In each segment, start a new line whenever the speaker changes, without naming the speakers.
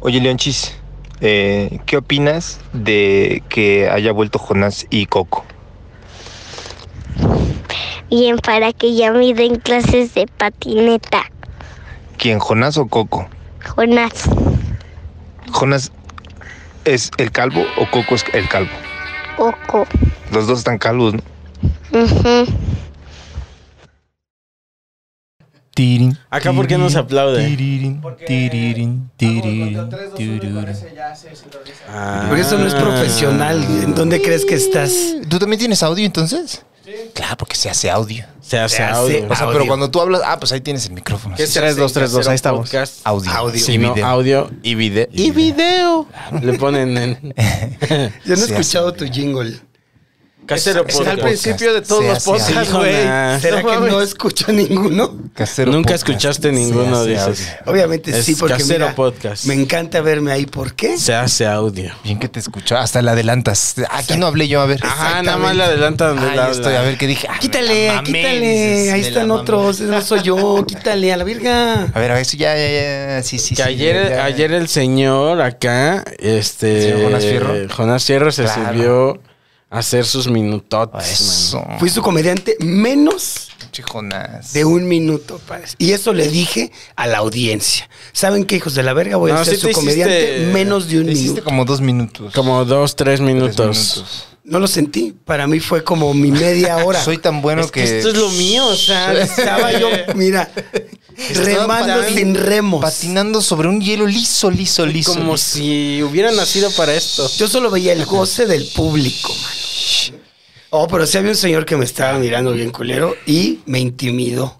Oye, Leonchis, eh, ¿qué opinas de que haya vuelto Jonás y Coco?
Bien, para que ya me den clases de patineta.
¿Quién, Jonás o Coco?
Jonás,
¿Jonás es el calvo o Coco es el calvo?
Coco.
Los dos están calvos, ¿no?
Ujú.
Tirin,
Acá, ¿por qué
tirin,
nos aplaude?
Tiririn, tiririn, tiririn, tururú.
Ah.
Pero eso no es profesional. ¿En dónde crees que estás?
¿Tú también tienes audio entonces? Claro, porque se hace audio.
Se hace Ah,
Se hace
audio.
O sea,
Audio.
pero cuando tú hablas, ah, pues ahí tienes el micrófono.
¿Qué
Sí,
será?
sí, sí.
3232, ahí estamos.
Audio.
Audio.
Sí,
Y no,
video.
audio y video. Y video. Le ponen en.
Yo no he
Sí,
escuchado tu jingle.
Casero
Es- es al
podcast.
principio de todos los podcasts,
Hijo, nah.
¿Será que no escucho ninguno?
Casero
Nunca
podcast.
escuchaste
Se
ninguno,
hace
dices.
audio.
Obviamente
Es
sí, porque
casero
mira,
podcast.
me encanta verme ahí. ¿Por qué?
Se hace audio.
Bien que te escuchó, hasta la adelantas. Aquí no hablé yo, a ver.
Ajá, nada más le adelantan.
Ahí
la-
estoy, a ver qué dije. Ah, me
Quítale,
la mamé,
quítale.
dices,
Ahí
me la
están
mamé.
otros. No soy yo. Quítale a la virga.
A ver, a ver, sí, ya, ya, ya. Sí, sí,
Que
sí,
ayer,
ya, ya.
ayer el señor acá, este.
¿El señor Jonás Fierro?
Jonás Fierro se
Claro.
subió a hacer sus minutotes.
Eso.
Fui su comediante menos
Chijonas.
de un minuto, padres. Y eso le dije a la audiencia. ¿Saben qué, hijos de la verga? Voy a
No,
ser
sí
su
te
comediante
hiciste-
menos de un
Te hiciste
minuto.
como dos minutos.
man. Como dos, tres
Tres
minutos.
minutos.
No lo sentí. Para mí fue como mi media hora.
Soy tan bueno
Es que esto es lo mío, o sea.
Estaba yo, mira, remando
patin-
sin remos.
Patinando sobre un hielo liso, liso, liso.
como
liso.
si hubiera nacido para esto.
Yo solo veía el goce del público, mano. Oh, pero sí había un señor que me estaba mirando bien culero y me intimidó.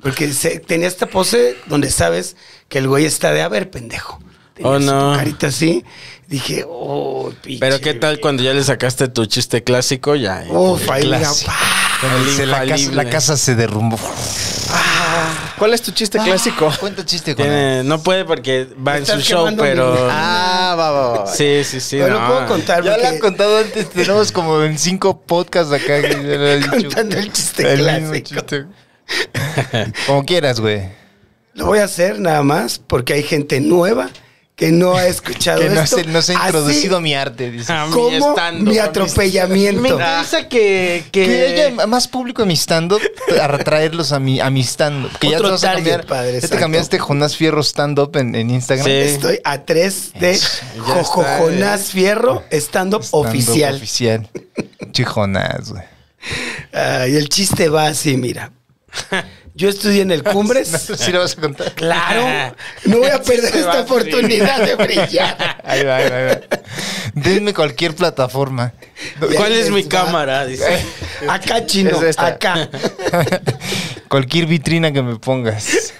Porque se- tenía esta pose donde sabes que el güey está de a ver, pendejo. Tenía
Oh,
su
no.
Carita así. Dije, oh, pinche.
Pero qué tal cuando ya le sacaste tu chiste clásico, ya. eh.
Uf, ahí mira,
Clásico.
pa.
El
Se- la, casa,
infalible.
la casa se derrumbó.
¿Cuál es tu
Ah,
chiste clásico?
Cuenta chiste con
Tiene- no puede porque va en su
Estás
show,
quemando
pero.
mi-
Ah, va, va, va.
Sí, sí, sí.
Pero
no.
puedo contar
Ya lo han
porque-
contado antes, tenemos como en cinco podcasts acá. que ya lo he dicho.
Contando el chiste
mismo
clásico.
chiste. Como quieras, güey.
Lo voy a hacer nada más porque hay gente nueva que no ha escuchado
Que no
esto.
se, no se ha
Así
introducido mi arte, dice.
A mí
como
estando
mi
con este-
atropellamiento.
que,
Que haya más público en mi stand-up para atraerlos a mi, a mi stand-up. Que ya te
Otro
vas a
target,
cambiar.
padre,
ya te
exacto.
cambiaste Jonás Fierro stand-up en, en Instagram.
Sí.
Estoy a tres de
Eso,
ya
Jojo
está,
Jonás Fierro, stand-up
Stand-up
oficial.
eh. Oficial. Chijonás, güey.
Ah, y el chiste va así, mira. Yo estudié en el Cumbres.
¿Sí lo vas a contar?
Claro, no voy a perder
chiste va
esta
así.
oportunidad de brillar.
Ahí va, ahí va, ahí va. Denme cualquier plataforma.
¿Cuál es
les
mi
va.
cámara? Dice.
Acá, chino,
Es esta.
acá.
cualquier vitrina que me pongas.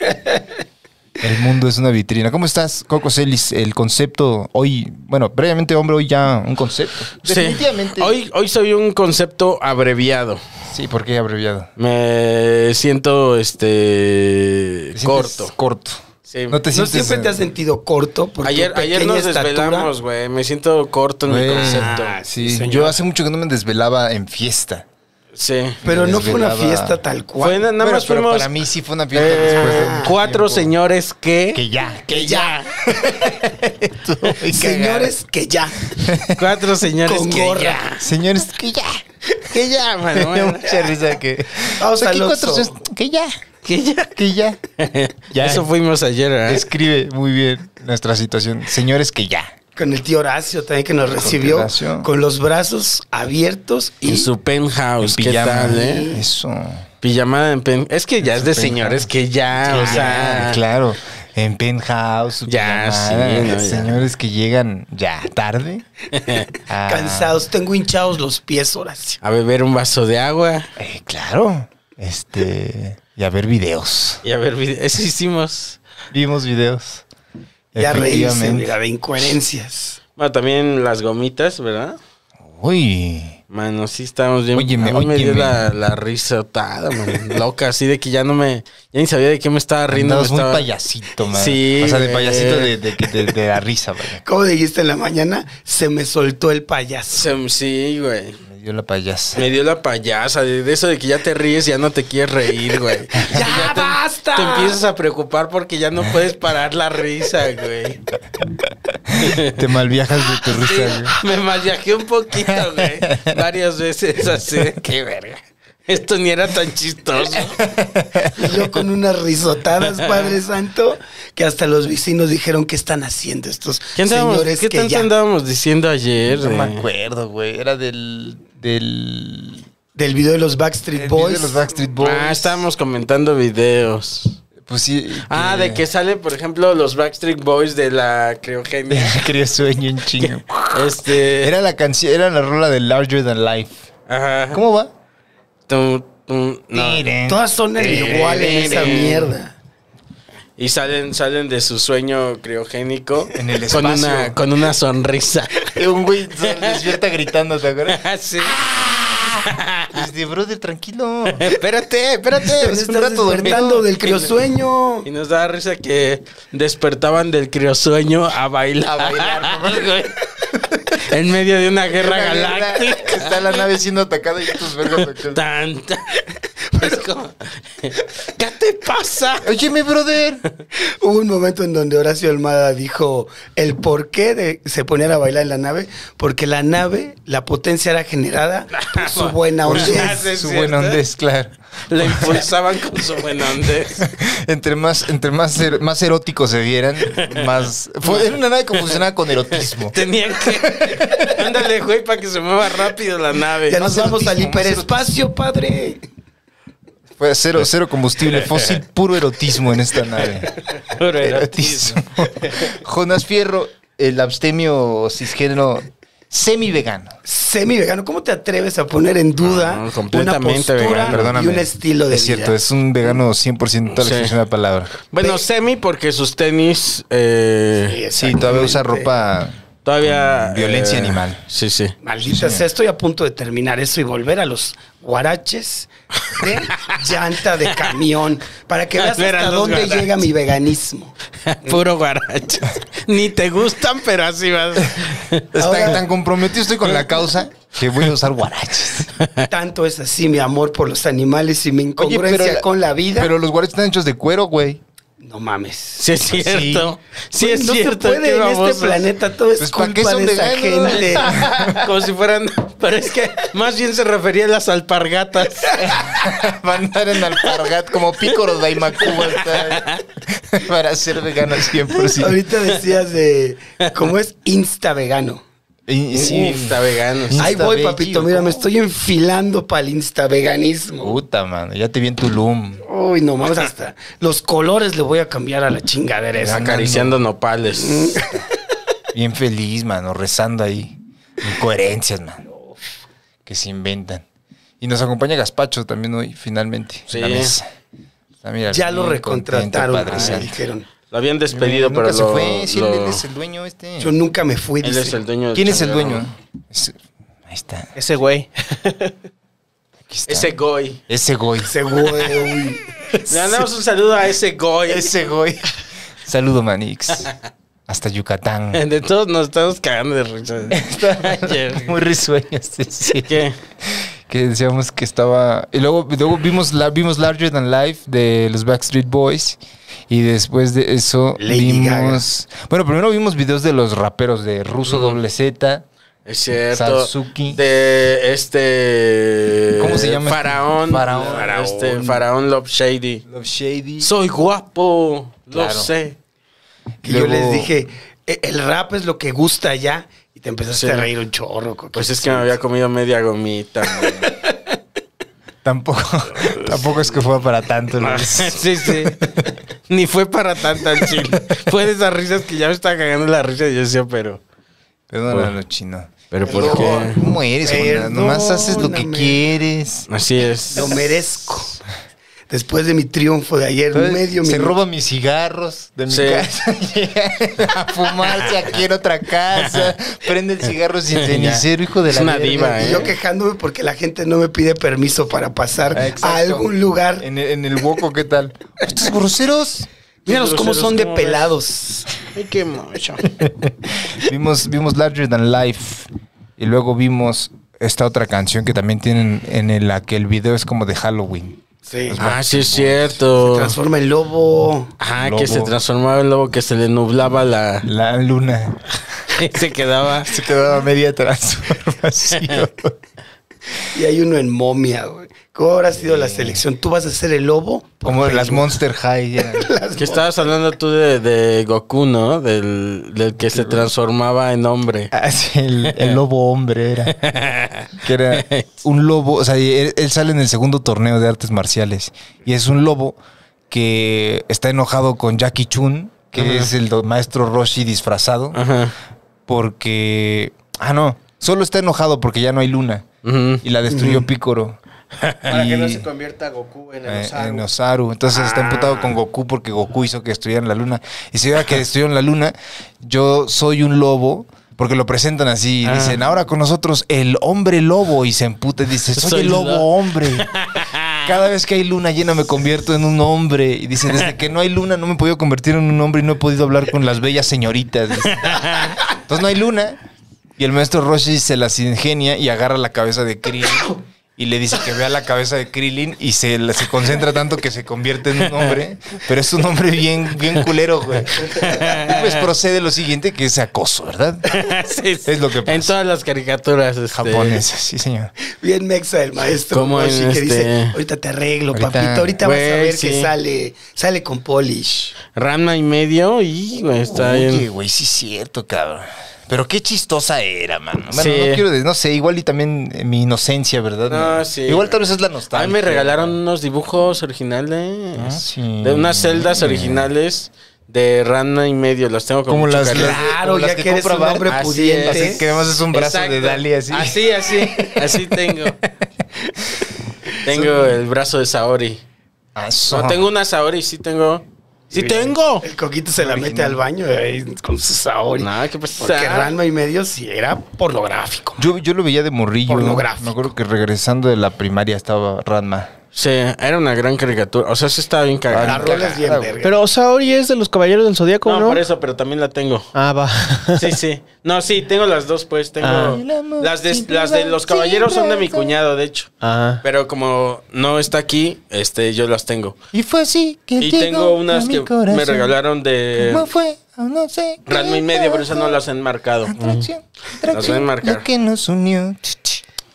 El mundo es una vitrina. ¿Cómo estás, Coco Celis? El concepto hoy, bueno, previamente, hombre, hoy ya un concepto.
Sí. Hoy, hoy soy un concepto abreviado.
Sí, porque he abreviado.
Me siento este
Te sientes
corto.
Corto.
Sí.
No te
No
sientes.
siempre te has sentido corto. Por tu
ayer, ayer
pequeña
nos
estatura.
desvelamos, güey. Me siento corto en mi
Güey,
concepto.
Ah, sí,
señor.
yo hace mucho que no me desvelaba en fiesta.
Sí.
Pero no fue una
Desvelaba.
fiesta tal cual.
Fue na- nada
Pero-
más
pero
fuimos
para mí sí fue una fiesta
eh,
después de mucho
cuatro
tiempo.
señores que,
Que ya.
que ya.
Estuvo muy
Señores, que ya.
cuatro señores
Con
que
gorra.
ya.
cagado. Señores, que ya.
Que ya,
Me
mano.
dio
bueno.
mucha risa que.
Vamos
O sea,
al
que
Oxxo.
cuatro señores, que ya.
Que ya.
Que ya. Ya.
Eso fuimos ayer, ¿eh?
Describe muy bien nuestra situación. Señores, que ya.
Con el tío Horacio también que nos
tío
recibió.
Horacio.
Con los brazos abiertos y
En su penthouse, Pues, ¿qué
Pijama.
tal, eh?
Eso.
Pijamada en penthouse. Es que ya es de
penthouse.
señores que ya, o sea.
Ah, claro. En penthouse.
Ya,
pijamada,
sí, no, ya.
Señores que llegan ya tarde. Ah,
cansados. Tengo hinchados los pies, Horacio.
A beber un vaso de agua
eh, claro. Este. Y a ver videos.
y a ver video. Eso hicimos.
Vimos videos.
Ya reírse,
Efectivamente.
mira, de incoherencias.
Bueno, también las gomitas, ¿verdad?
Uy.
Mano, sí estábamos bien.
Óyeme,
a mí me dio
óyeme.
la, la risotada, man. Loca, así de que ya no me. Ya ni sabía de qué me estaba riendo.
Andabas
me
muy
estaba-
payasito, man.
Sí,
O sea, de
güey.
payasito de, de, de- de la risa, man.
¿Cómo dijiste en la mañana? Se me soltó el payaso.
Se- Em, Sí, güey.
Me dio la payasa.
Me dio la payasa de de eso de que ya te ríes y ya no te quieres reír, güey.
¡Ya,
te-
basta!
Te empiezas a preocupar porque ya no puedes parar la risa, güey.
Te malviajas de tu risa, güey.
Me malviajé un poquito, güey. Varias veces así de que verga. Esto ni era tan chistoso.
Y yo con unas risotadas, Padre Santo, que hasta los vecinos dijeron qué están haciendo estos
¿Qué, andábamos-
señores
qué
que
tanto
ya-
andábamos diciendo ayer?
No
eh?
me acuerdo, güey. Era del. del.
del video de los
el
Backstreet
video
Boys.
de los Backstreet Boys.
Ah, estábamos comentando videos.
Pues sí.
Ah, de que sale, por ejemplo, los Backstreet Boys de la criogenia.
Quería sueño en chingo.
Este.
Era la canción, era la rola de Larger Than Life.
Ajá.
¿Cómo va?
Tum, tum, no.
Todas son el igual en esa mierda.
Y salen, salen de su sueño criogénico
En el
con
espacio.
una, con una sonrisa.
Un güey se despierta gritando, ¿te acuerdas?
Sí.
Dice, Pues, brother, tranquilo.
espérate,
Te
espérate.
me
es un Eh, pues,
estás
este rato
despertando
dormido.
del criosueño.
Y nos daba risa que despertaban del criosueño a bailar.
A bailar, nomás, güey.
en medio de una
Una
guerra
guerra,
galáctica.
Está la nave siendo atacada y tus vergas acá.
Tanta. Es como, ¿Qué te pasa?
Oye, mi brother.
Hubo un momento en donde Horacio Almada dijo el por qué de se ponían a bailar en la nave, porque la nave, la potencia era generada por su buena
Por su-
onda.
Ah, sí, es
Su
cierto.
buen ondés, claro.
La impulsaban con su buen andés.
Entre más, entre más, er- más eróticos se vieran, más. Fue, era una nave que funcionaba con erotismo.
Tenían que. Ándale, güey, para que se mueva rápido la nave.
Ya nos
Más
vamos al
erotismo, más
hiperespacio, padre.
Fue cero, cero combustible fósil, puro erotismo en esta nave.
Puro
Erotismo. Jonas Fierro, el abstemio cisgénero semi-vegano.
Semi vegano, ¿cómo te atreves a poner en duda
No, completamente
una postura
vegano.
Perdóname.
y un estilo de
Es cierto,
vida?
es un vegano 100% a la
Sí.
expresión de la palabra.
Bueno, semi porque sus tenis eh,
Sí, todavía usa ropa.
todavía...
Mm, Violencia
eh,
animal.
Sí, sí.
Maldita sea, estoy a punto de terminar eso y volver a los guaraches de llanta de camión para que veas
Ver a
hasta
los
dónde
guaraches.
llega mi veganismo.
Puro guaracho. Ni te gustan, pero así vas.
Está
Ahora-
tan comprometido estoy con la causa que voy a usar guaraches.
Tanto es así mi amor por los animales y mi incongruencia con la vida.
Pero los guaraches están hechos de cuero, güey.
no mames.
Sí, es cierto. Sí,
Güey,
es
no
cierto.
se puede
qué
en este
babosos.
planeta todo es
Pues, ¿para qué
culpa
son
de esa
veganos?
gente.
Como si fueran... Pero es que más bien se refería a las alpargatas.
Van a andar en alpargat como pícoro daimacuba está- para ser vegano
Pues
100%.
Ahorita decías de cómo es insta vegano.
Y- y
Sí, está vegano.
Insta
Ahí voy,
veggie,
papito.
¿o
Mira,
cómo?
me estoy enfilando para el insta veganismo.
Puta, mano. Ya te vi en Tulum.
Uy, no mames, hasta los colores le voy a cambiar a la chingadera esa.
Acariciando nopales.
Mm.
Bien feliz, mano. Rezando ahí. Incoherencias, mano. Que se inventan. Y nos acompaña Gaspacho también hoy, finalmente. en la
Sí.
mesa. Está, mira,
Ya lo
bien
recontrataron.
contento, Padre
ah,
Santo.
dijeron.
Lo habían despedido,
Nunca
pero
se
lo-
fue. Sí,
lo-
él es el dueño este.
Yo nunca me fui.
Él
dice.
es el dueño. del
¿Quién es el
changarro.
dueño? Es- ahí está.
Ese güey.
Aquí está.
Ese goy.
Ese goy.
Ese güey, uy.
Le mandamos un saludo a ese goy.
Ese goy. Saludo, Manix. Hasta Yucatán.
De todos nos estamos cagando de risa. Ayer.
Muy risueño este sí.
¿Qué?
Que decíamos que estaba. Y luego, luego vimos, la, vimos Larger Than Life de los Backstreet Boys. Y después de eso
Lady
vimos. Bueno, primero vimos videos de los raperos de Russo Doble Z.
Es cierto.
Satsuki.
De este.
¿Cómo se llama?
Faraón.
Faraón.
Este, Faraón Love Shady.
Love Shady.
Soy guapo.
Claro.
Lo sé.
Y yo
Luego-
les dije, "E- el rap es lo que gusta allá. Y te empezaste
Sí.
a reír un chorro. co-
Pues es que me había comido media gomita. güey.
Tampoco, tampoco es que fuera para tanto. Luis.
sí, sí. Ni fue para tanta al chile. Fue de esas risas que ya me estaba cagando la risa y yo decía, pero.
Perdónalo, chino.
Pero
¿por qué?
¿Cómo eres, Juan? Nomás haces lo que
Perdóname.
quieres.
Así es.
Lo merezco. después de mi triunfo de ayer,
Entonces,
medio
se
minuto.
roba mis cigarros de mi
Sí.
casa, llega a fumarse aquí en otra casa, prende el cigarro sin cenicero, hijo de la
Es una
verga.
diva,
Y
¿eh?
yo quejándome porque la gente no me pide permiso para pasar
Ah, exacto.
a algún lugar.
En, el- en el hueco, ¿qué tal? ¿Estos groseros?
Míralos cómo
groseros,
son de
¿cómo ves?
pelados.
Ay, qué mucho.
Vimos, vimos Larger Than Life y luego vimos esta otra canción que también tienen en el- la que el video es como de Halloween.
Sí.
Ah, sí es cierto.
Transforma en lobo.
Ah,
Lobo.
que se transformaba el lobo, que se le nublaba la...
La luna
y se quedaba...
se quedaba media transformación.
Y hay uno en momia, güey. ¿Cómo habrá sido la selección? ¿Tú vas a ser el lobo?
como las Monster High. eran.
Que estabas hablando tú de, de Goku, ¿no? Del, del que se transformaba en hombre.
Ah, sí, el, el lobo hombre era. Que era un lobo, o sea, y él, él sale en el segundo torneo de artes marciales. Y es un lobo que está enojado con Jackie Chun, que
Ajá.
es el do- maestro Roshi disfrazado,
Ajá.
porque... Ah, no, solo está enojado porque ya no hay luna.
Ujú.
Y la destruyó Picoro.
Para que no
Y-
se convierta Goku en Ah. el
eh,
Osaru.
en Osaru. Entonces está emputado con Goku porque Goku hizo que destruyeran la luna. Y si ahora que destruyeron la luna, yo soy un lobo. Porque lo presentan así, y
Ah.
dicen, ahora con nosotros el hombre lobo, y se emputa y dice, soy,
Soy
el lobo
lo-
hombre. Cada vez que hay luna llena me convierto en un hombre. Y dice, desde que no hay luna no me he podido convertir en un hombre y no he podido hablar con las bellas señoritas. Dice. Entonces no hay luna. Y el maestro Roshi se las ingenia y agarra la cabeza de Krillin. Y le dice que vea la cabeza de Krillin y se, la- se concentra tanto que se convierte en un hombre. Pero es un hombre bien, bien culero, güey. Y pues procede lo siguiente, que es acoso, ¿verdad?
Sí, sí.
Es lo que pasa.
En todas las caricaturas este,
Japonesa, sí, señor.
Bien mexa el maestro.
Como
Roshi,
en
que dice,
este-
ahorita te arreglo,
Ahorita-
papito. Ahorita vas a
Güey,
ver
sí.
que sale, sale con polish.
Rama y medio y güey, está
Oye,
bien.
güey, sí es cierto, cabrón. Pero qué chistosa era, mano. Bueno,
Sí.
no quiero decir, no sé, igual y también eh, mi inocencia, ¿verdad?
No, sí.
Igual tal vez es la
A
nostalgia.
mí me regalaron unos dibujos originales.
Ah, sí.
De unas celdas originales de Rana y medio. Las tengo como
Como las,
chocolate.
las-
Claro,
como las
ya que eres un
compra Bart.
hombre
Así es,
pudiente.
así que además es un brazo de
Exacto.
Dali así.
Así, así. Así tengo. tengo el brazo de Saori.
Ah,
No,
son-
tengo una Saori, sí tengo. ¡Sí tengo!
El coquito se la mete al baño ahí con su sabor.
No, ¿qué
Porque
pasa?
Ranma y medio sí era pornográfico.
Yo, yo lo veía de morrillo.
Pornográfico.
Me acuerdo que regresando de la primaria estaba Ranma.
Sí, era una gran caricatura. O sea, sí estaba bien
La
cagada.
rola es bien
Claro,
verga.
Pero Osaori es de los caballeros del zodíaco,
No,
¿no?
por eso, pero también la tengo.
Ah, va.
Sí, sí. No, sí, tengo las dos, pues. Tengo.
Ah.
Las, de, las de los caballeros son de mi cuñado, de hecho.
Ajá.
Pero como no está aquí, este, yo las tengo.
Y fue así que
Y tengo unas que me regalaron de
fue? No sé.
Ranma y medio, pero esas no las han marcado. Las voy a enmarcar. lo
que nos unió.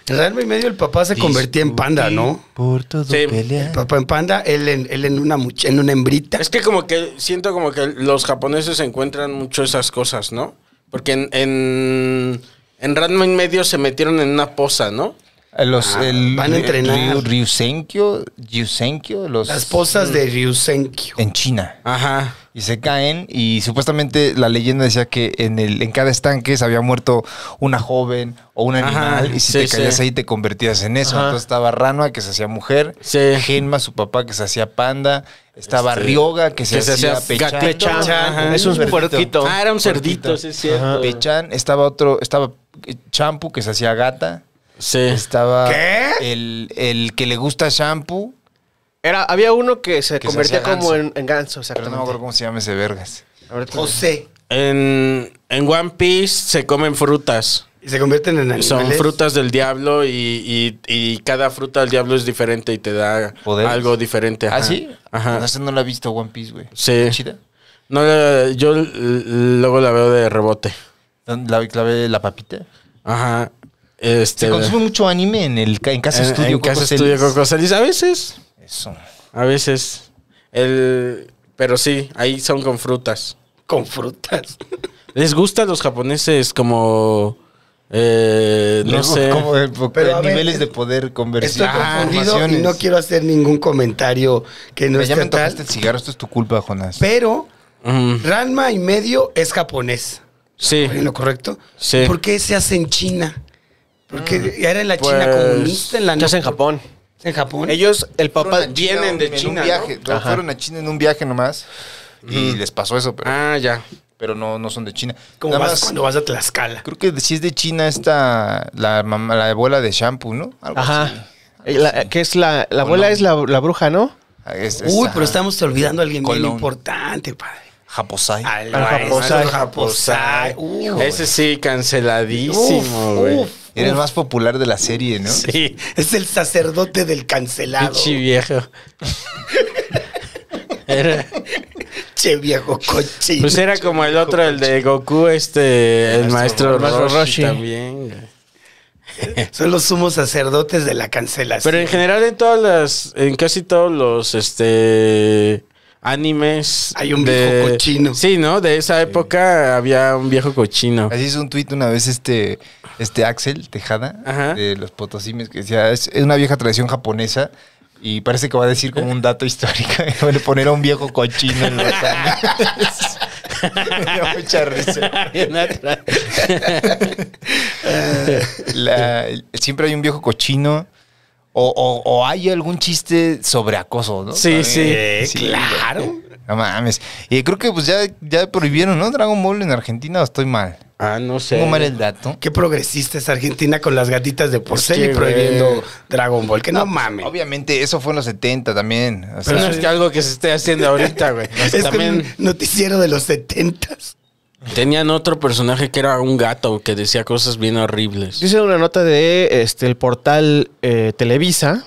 Ranma y medio el papá se convertía en panda, ¿no?
Por todo
Sí.
El papá en panda, él en, él en una much- en una hembrita.
Es que como que siento como que los japoneses encuentran mucho esas cosas, ¿no? Porque en, en, en Ranma y medio se metieron en una posa, ¿no?
Eh, Los,
Ah,
el,
van a entrenar.
Ryu- Ryusenkyo, Ryusenkyo, los.
Las posas de Ryusenkyo.
En China.
Ajá.
Y se caen y supuestamente la leyenda decía que en, el, en cada estanque se había muerto una joven o un
Ajá,
animal y si
sí,
te caías
sí.
ahí te convertías en eso.
Ajá.
Entonces estaba Ranma que se hacía mujer,
Sí.
Genma su papá que se hacía panda, estaba
Este,
Ryoga que se,
que se
hacía
hacía
pechán,
gaclecha. Ajá.
Es un
Cerdito.
puerquito.
Ah, era un cerdito, sí, es cierto.
Ajá.
Pechan, estaba otro, estaba eh, Champu que se hacía gata,
Sí.
estaba
¿Qué?
El, el que le gusta shampoo,
Era, había uno que se
Que se
convertía
hacía
como
ganso.
en, en
pero no me
ganso, exactamente.
acuerdo cómo se llama ese vergas.
Ahorita-
José.
En, en One Piece se comen frutas.
Y se convierten en animales.
Son frutas del diablo y, y- y cada fruta del diablo es diferente y te da
Poderes.
algo diferente.
¿Ah,
ajá.
sí?
Ajá.
No, esa no la he visto One Piece, güey.
Sí.
¿Chida?
No, la- yo l- l- luego la veo de rebote.
¿Dónde La clave la papita.
Ajá. Este,
Se consume mucho anime en el ca- en casa
en-
estudio.
en
Coco
casa
Celis.
estudio Coco Celis. A veces,
Eso.
a veces. El, pero sí, ahí son con frutas.
Con frutas.
Les gusta a los japoneses como... eh, no
Luego,
sé.
como, eh, po-
Pero, a ver,
niveles de poder
Estoy
conversión.
confundido y no quiero hacer ningún comentario que no
Me ya me este
esté
tocaste
tal.
el cigarro, esto es tu culpa, Jonas.
Pero
Ujú.
Ranma y medio es japonés.
Sí.
¿En lo correcto?
Sí.
¿Por qué se hace en China? Porque era en la
Pues,
China comunista, en la
Ya es en Japón.
En Japón.
Ellos, el papá.
Fueron a China
vienen de
en un
China.
un
¿no?
viaje. No,
Ajá.
Fueron a China en un viaje nomás y les pasó eso, pero,
Ah, ya.
pero no, no son de China.
Como
Nada
vas
más,
cuando vas a Tlaxcala.
creo que si es de China está la mamá, la abuela de shampoo, ¿no? Algo así.
Ajá. Eh, la- que es la, la abuela
Colón.
es la, la bruja, ¿no?
Ah, es- es-
Uy,
ajá.
pero estamos olvidando a alguien bien
Colón.
importante, padre.
Japosai.
Al
Al
maestro
Japosai.
Japosai. Uy,
Ese sí, canceladísimo,
Uf,
eh, güey.
uf.
Era el más popular de la serie, ¿no?
Sí, es el sacerdote del cancelado.
Pinche viejo. Era-
Che viejo coche.
pues era como el otro, el de Goku, este, el maestro,
maestro
Roshi,
Roshi.
también. güey.
Son los sumos sacerdotes de la cancelación.
Pero en general en todas las, en casi todos los, este, animes.
Hay un viejo cochino.
Sí, ¿no? De esa época había un viejo cochino.
Así hizo un tuit una vez este, este Axel Tejada
Ajá.
de los potosimes que decía, es, es una vieja tradición japonesa y parece que va a decir como un dato histórico, le poner a un viejo cochino en los animes. Me dio mucha risa. La- siempre hay un viejo cochino o, o- o hay algún chiste sobre acoso, ¿no?
Sí, sí.
Eh,
Sí, claro. No mames. Y creo que pues ya, ya prohibieron, ¿no? Dragon Ball en Argentina, ¿o estoy mal.
Ah, no sé.
Tengo mal el dato.
Qué progresista es Argentina con las gatitas de porcel
que,
y prohibiendo
güey. pues,
Dragon Ball. Que no, mames.
Obviamente, eso fue en los 70 también. o
Pero
sea,
no es que algo que se esté haciendo ahorita, güey.
Es
Pues, También
un noticiero de los setentas.
tenían otro personaje que era un gato que decía cosas bien horribles.
Dice una nota de este el portal eh, Televisa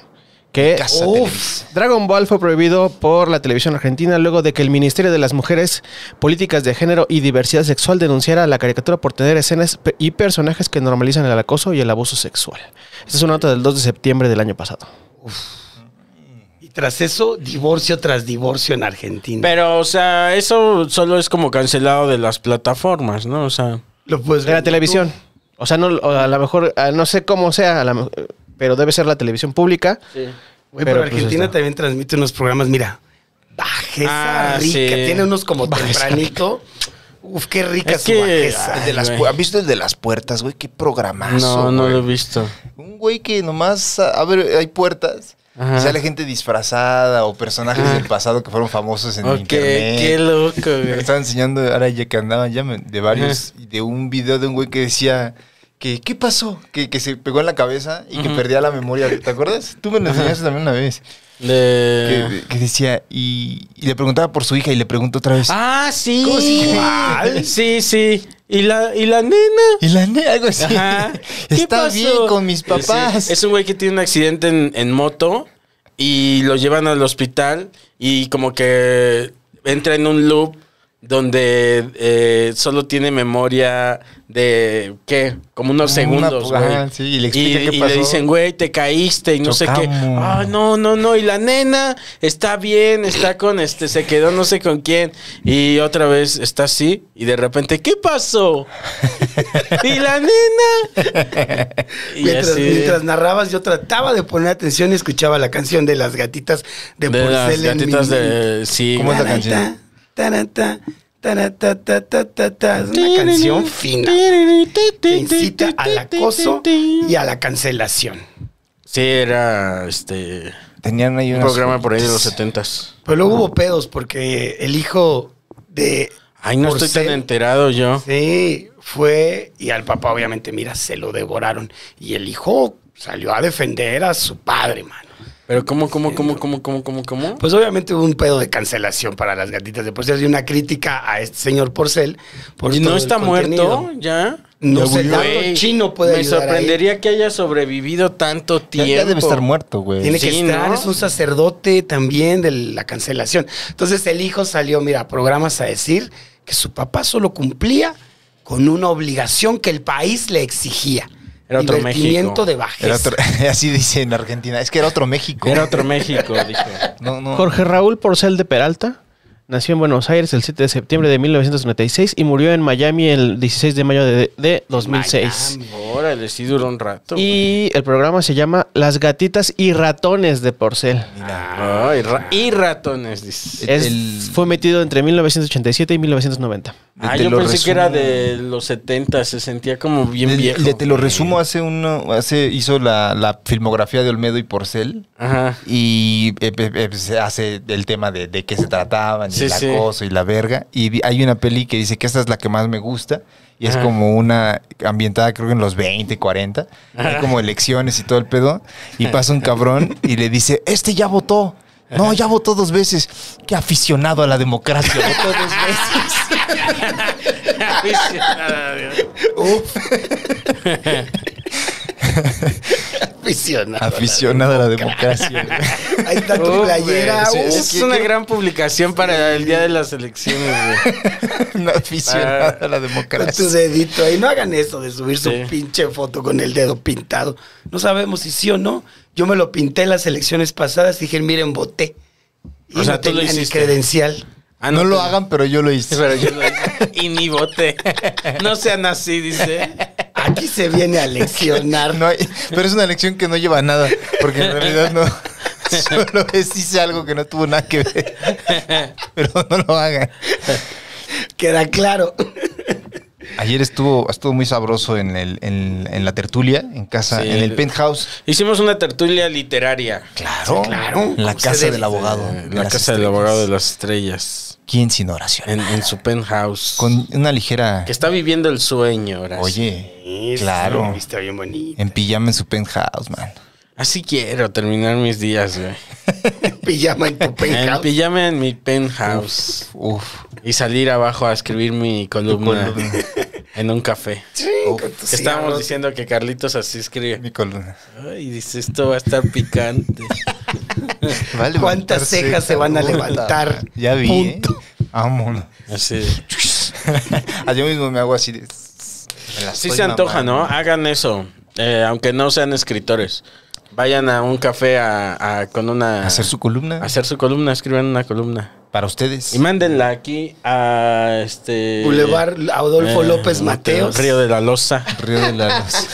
que
Casa
uf,
Televisa.
Dragon Ball fue prohibido por la televisión argentina luego de que el Ministerio de las Mujeres, Políticas de Género y Diversidad Sexual denunciara a la caricatura por tener escenas pe- y personajes que normalizan el acoso y el abuso sexual. Esta es una nota del 2 de septiembre del año pasado.
Y tras eso, divorcio tras divorcio en Argentina.
Pero, o sea, eso solo es como cancelado de las plataformas, ¿no? O sea,
Lo puedes
De
ver
la
en
televisión.
YouTube.
O sea, no, o a lo mejor, ah, no sé cómo sea, a la me- pero debe ser la televisión pública.
Güey, pero,
pues,
Argentina
está.
también transmite unos programas, mira. Bajeza
Ah,
rica.
sí.
Tiene unos como
Bajeza
tempranito. Uf, qué rica
Es
su
que-
bajeza.
el de las
Ay,
pu-
güey.
¿Han Pues, visto el de las puertas, güey? Qué programazo.
no, no
güey.
lo he visto.
Un güey que nomás a- abre, hay puertas.
Ajá.
Y sale gente disfrazada o personajes
Ah.
del pasado que fueron famosos en
Ok,
internet.
qué loco,
Me
güey.
estaban enseñando ahora ya que andaban ya me- de varios, y de un video de un güey que decía que ¿qué pasó? Que, que se pegó en la cabeza y que perdía la memoria. ¿Te acuerdas? Tú me lo enseñaste también una vez.
De...
Que, que decía, y, y le preguntaba por su hija y le preguntó otra vez.
Ah, sí.
¿Cómo se llama?
¿Cuál? Sí, sí. ¿Y la, y la nena?
Y la neta, algo así.
Ajá. ¿Qué
Pues Está
pasó?
bien con mis papás.
Sí, Es un güey que tiene un accidente en, en moto y lo llevan al hospital y como que entra en un loop donde eh, solo tiene memoria de, ¿qué? Como unos
Como una
segundos,
pulgada,
güey.
sí, y le explica
Y-
qué
y
pasó.
dicen, güey, te caíste y no sé qué.
Chocamos.
Ah, no, no, no. Y la nena está bien, está con este, se quedó no sé con quién. Y otra vez está así y de repente, ¿qué pasó? y la nena. y
Mientras,
así,
mientras narrabas, yo trataba de poner atención y escuchaba la canción de las gatitas de,
de las
porcel en mi
gatitas
mente.
de... Sí.
¿Cómo es la canción?
Tarata, tarata, tatatata. Es una canción fina que incita al acoso y a la cancelación.
Sí, era este
Tenían ahí
un
unas
programa por ahí de los
joyitas.
setentas.
Pero luego hubo pedos porque el hijo de...
Ay, no estoy
Porcel-
tan enterado yo.
Sí, fue y al papá obviamente, mira, se lo devoraron. Y el hijo salió a defender a su padre, mano.
Pero cómo, cómo, cómo, cómo, cómo, cómo, cómo.
Pues obviamente hubo un pedo de cancelación para las gatitas de Porcel y una crítica a este señor Porcel. por
¿Y
todo
no
el
está
contenido.
muerto ya?
No
Ya
sé,
murió.
tanto
Güey,
chino puede
Me
ayudar ahí.
sorprendería que haya sobrevivido tanto
Ya,
tiempo.
ya debe estar muerto, güey.
Tiene que
Sí,
estar,
¿no?
es un sacerdote también de la cancelación. Entonces el hijo salió, mira, a programas a decir que su papá solo cumplía con una obligación que el país le exigía.
Era otro México.
Divertimiento de bajeza.
Era otro- así dice en Argentina. Es que era otro México.
Era otro México, dijo.
No, no.
Jorge Raúl Porcel de Peralta nació en Buenos Aires el 7 de septiembre de 1996 y murió en Miami el 16 de mayo de, de 2006.
Miami.
Ah, Órale, sí duró un rato. güey.
Y el programa se llama Las gatitas y ratones de Porcel.
Ay, ra- y ratones, dice.
Es-
El-
Fue metido entre 1987 y 1990.
Ah,
Te
yo
lo
pensé que era
resumo.
de los 70, se sentía como bien
El-
viejo.
el de te lo resumo, hace uno, hace, hizo la, la filmografía de Olmedo y Porcel.
Ajá.
Y eh, eh, eh, se hace el tema de, de qué se trataban,
Sí,
y el
sí.
acoso y la verga. Y vi- hay una peli que dice que esta es la que más me gusta. Y es
Ajá.
como una ambientada, creo que en los 20, 40. Hay como elecciones y todo el pedo. Y pasa un cabrón y le dice: Este ya votó. No, ya votó dos veces. Qué aficionado a la democracia. Votó dos veces.
Aficionado.
Aficionado a la democracia. güey.
Ahí está tu
Oh,
playera.
güey,
uh,
sí, es
qué-
una
qué-
gran publicación para el día de las elecciones, güey.
Un aficionado a la
Con tu
democracia.
dedito ahí. No hagan eso de subir
Sí.
su pinche foto con el dedo pintado. No sabemos si sí o no. Yo me lo pinté en las elecciones pasadas. Dije, miren, voté. Y
O sea,
no
tú lo
tenía ni
hiciste.
credencial.
Ah,
no lo
te-
hagan, pero yo lo hice.
Pero yo lo hice. Y ni voté. No sean así, dice.
Aquí se viene a leccionar.
No hay- pero es una elección que no lleva a nada, porque en realidad no. Solo es hice algo que no tuvo nada que ver. Pero no lo hagan.
Queda claro.
Ayer estuvo, estuvo muy sabroso en, el, en, en la tertulia, en casa,
Sí.
en el penthouse.
Hicimos una tertulia literaria.
Claro,
claro.
En la
¿Cómo
casa
se
del
debe?
abogado.
Eh,
de
La
las
casa del
estrellas.
abogado de las estrellas.
¿Quién sin oración?
En, en su penthouse.
Con una ligera.
Que está viviendo el sueño, ahora.
Oye, claro.
Está bien bonito.
En pijama en su penthouse, man.
Así quiero terminar mis días, güey.
Pijama en tu
En
penthouse.
pijama en mi penthouse.
Uf.
Y salir abajo a escribir mi columna
columna.
en un café.
Sí, con tus
Estábamos
cigarros.
diciendo que Carlitos así escribe.
Mi columna.
Ay, dice, esto va a estar picante.
Vale,
¿Cuántas
levantarse,
cejas se van a
puta.
levantar?
Ya vi. ¿eh? Vámonos.
Así.
Ah, Yo mismo me hago así de. me la
Sí
estoy
se antoja, ¿no?
mamando.
Hagan eso. Eh, aunque no sean escritores. Vayan a un café a, a- con una...
Hacer su columna
a hacer su columna, escriban una columna.
para ustedes.
Y mándenla aquí a este...
Boulevard Adolfo
eh,
López Mateos.
Río de la Loza.
Río de la Luz.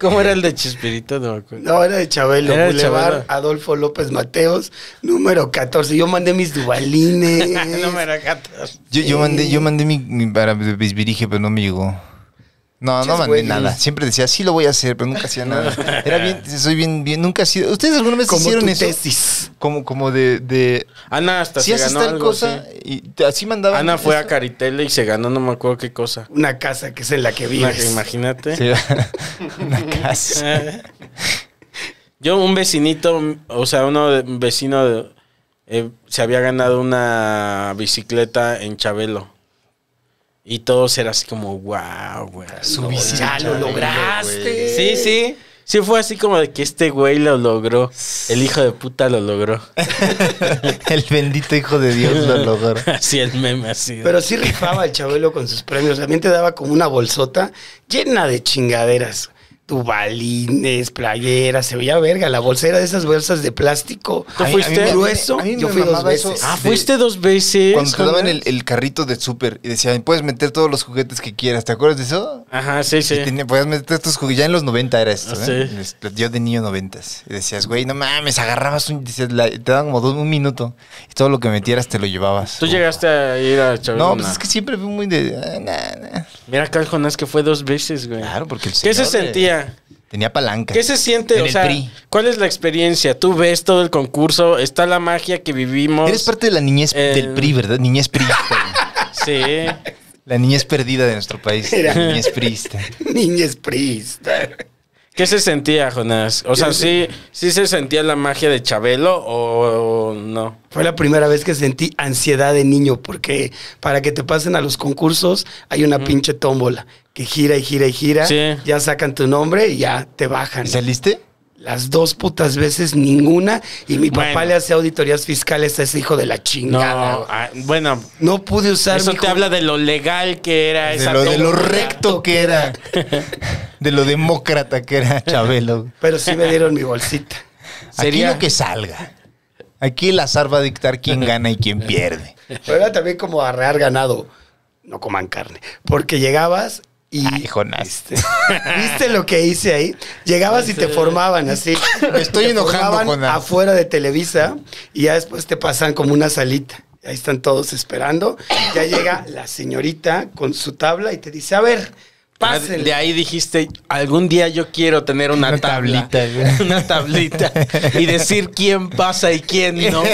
¿Cómo era el de Chispirito? No me acuerdo.
No, era de Chabelo.
Era de
Boulevard
Chabelo.
Adolfo López Mateos, número 14. Yo mandé mis dubalines.
No me era catorce.
Yo, yo mandé,
Eh.
yo mandé mi, mi para Bisbirige, pero no me llegó. No, no
Muchas
mandé
güeyes.
nada. Siempre decía, sí lo voy a hacer, pero nunca hacía nada. Era bien, soy bien, bien, nunca ha sido. ¿Ustedes alguna vez
Como
hicieron
tu
eso?
tesis.
Como, como de, de
Ana hasta
si
se
haces
ganó
tal
algo,
cosa,
sí.
y te- así mandaba.
Ana fue a Caritela y se ganó no me acuerdo qué cosa.
Una casa que es en la que
Una-
vives.
Imagínate.
una casa.
Eh. Yo, un vecinito, o sea, uno de- un vecino de- eh, se había ganado una bicicleta en Chabelo. Y todos eran así como, wow, güey.
No, ya lo lograste.
Sí, sí. Sí fue así como de que este güey lo logró. El hijo de puta lo logró.
El bendito hijo de Dios lo logró.
Así el meme, así. de-
Pero sí rifaba el Chabelo con sus premios. También te daba como una bolsota llena de chingaderas. Dubalines, playeras, se veía verga. La bolsera de esas bolsas de plástico.
¿Tú
A mí-
fuiste?
a mí me-
grueso?
a mí me
Yo fui dos
mamaba eso.
veces.
ah,
de-
fuiste dos veces.
Pues, Cuando te daban
Juan?
el, el carrito de súper y decían, puedes meter todos los juguetes que quieras, ¿te acuerdas de eso?
Ajá, sí, sí.
Y tenía- podías meter estos juguetes, ya en los 90 era esto,
Ah,
¿eh?
sí.
Les- Yo de niño 90s. Y decías, güey, no mames, agarrabas un, decías, la- te daban como dos- un minuto y todo lo que metieras te lo llevabas.
Tú llegaste a ir a Chabelo.
No, pues es que siempre fui muy de... ah, nah, nah.
Mira acá el Jonás que fue dos veces, güey.
Claro, porque el
¿Qué se
señor, eh,
sentía?
Tenía palanca.
¿Qué se siente?
En
O
el
sea,
PRI.
¿cuál es la experiencia? Tú ves todo el concurso, está la magia que vivimos.
Eres parte de la niñez
Eh,
del PRI, ¿verdad? Niñez priista.
Sí.
la niñez perdida de nuestro país.
Era.
La niñez priista.
Niñez priista.
¿Qué se sentía, Jonás? O sea, ¿sí, sí se sentía la magia de Chabelo o no?
Fue la primera vez que sentí ansiedad de niño, porque para que te pasen a los concursos hay una pinche tómbola que gira y gira y gira.
Mm. Sí.
Ya sacan tu nombre y ya te bajan.
¿Y saliste?
Las dos putas veces ninguna. Y mi papá
Bueno.
le hace auditorías fiscales a ese hijo de la
No,
chingada. güey.
ah, bueno,
No, pude usar.
eso
mijo.
te habla de lo legal que era
De
esa
lo, de lo
tómbola.
recto que era. De lo demócrata que era Chabelo.
Pero sí me dieron mi bolsita.
Aquí
Sería-
lo que salga. Aquí el azar va a dictar quién gana y quién pierde.
Pero era también como arrear ganado. No coman carne. Porque llegabas Y
Ay, Jonás.
este, ¿Viste lo que hice ahí? Llegabas y te formaban así.
Me estoy
Te
enojando,
formaban
Jonás.
Afuera de Televisa y ya después te pasan como una salita. Ahí están todos esperando. Ya llega la señorita con su tabla y te dice, a ver, pásenle.
Ah, De ahí dijiste, algún día yo quiero tener una,
Una
tabla,
tablita, güey.
Una tablita. Y decir quién pasa y quién no.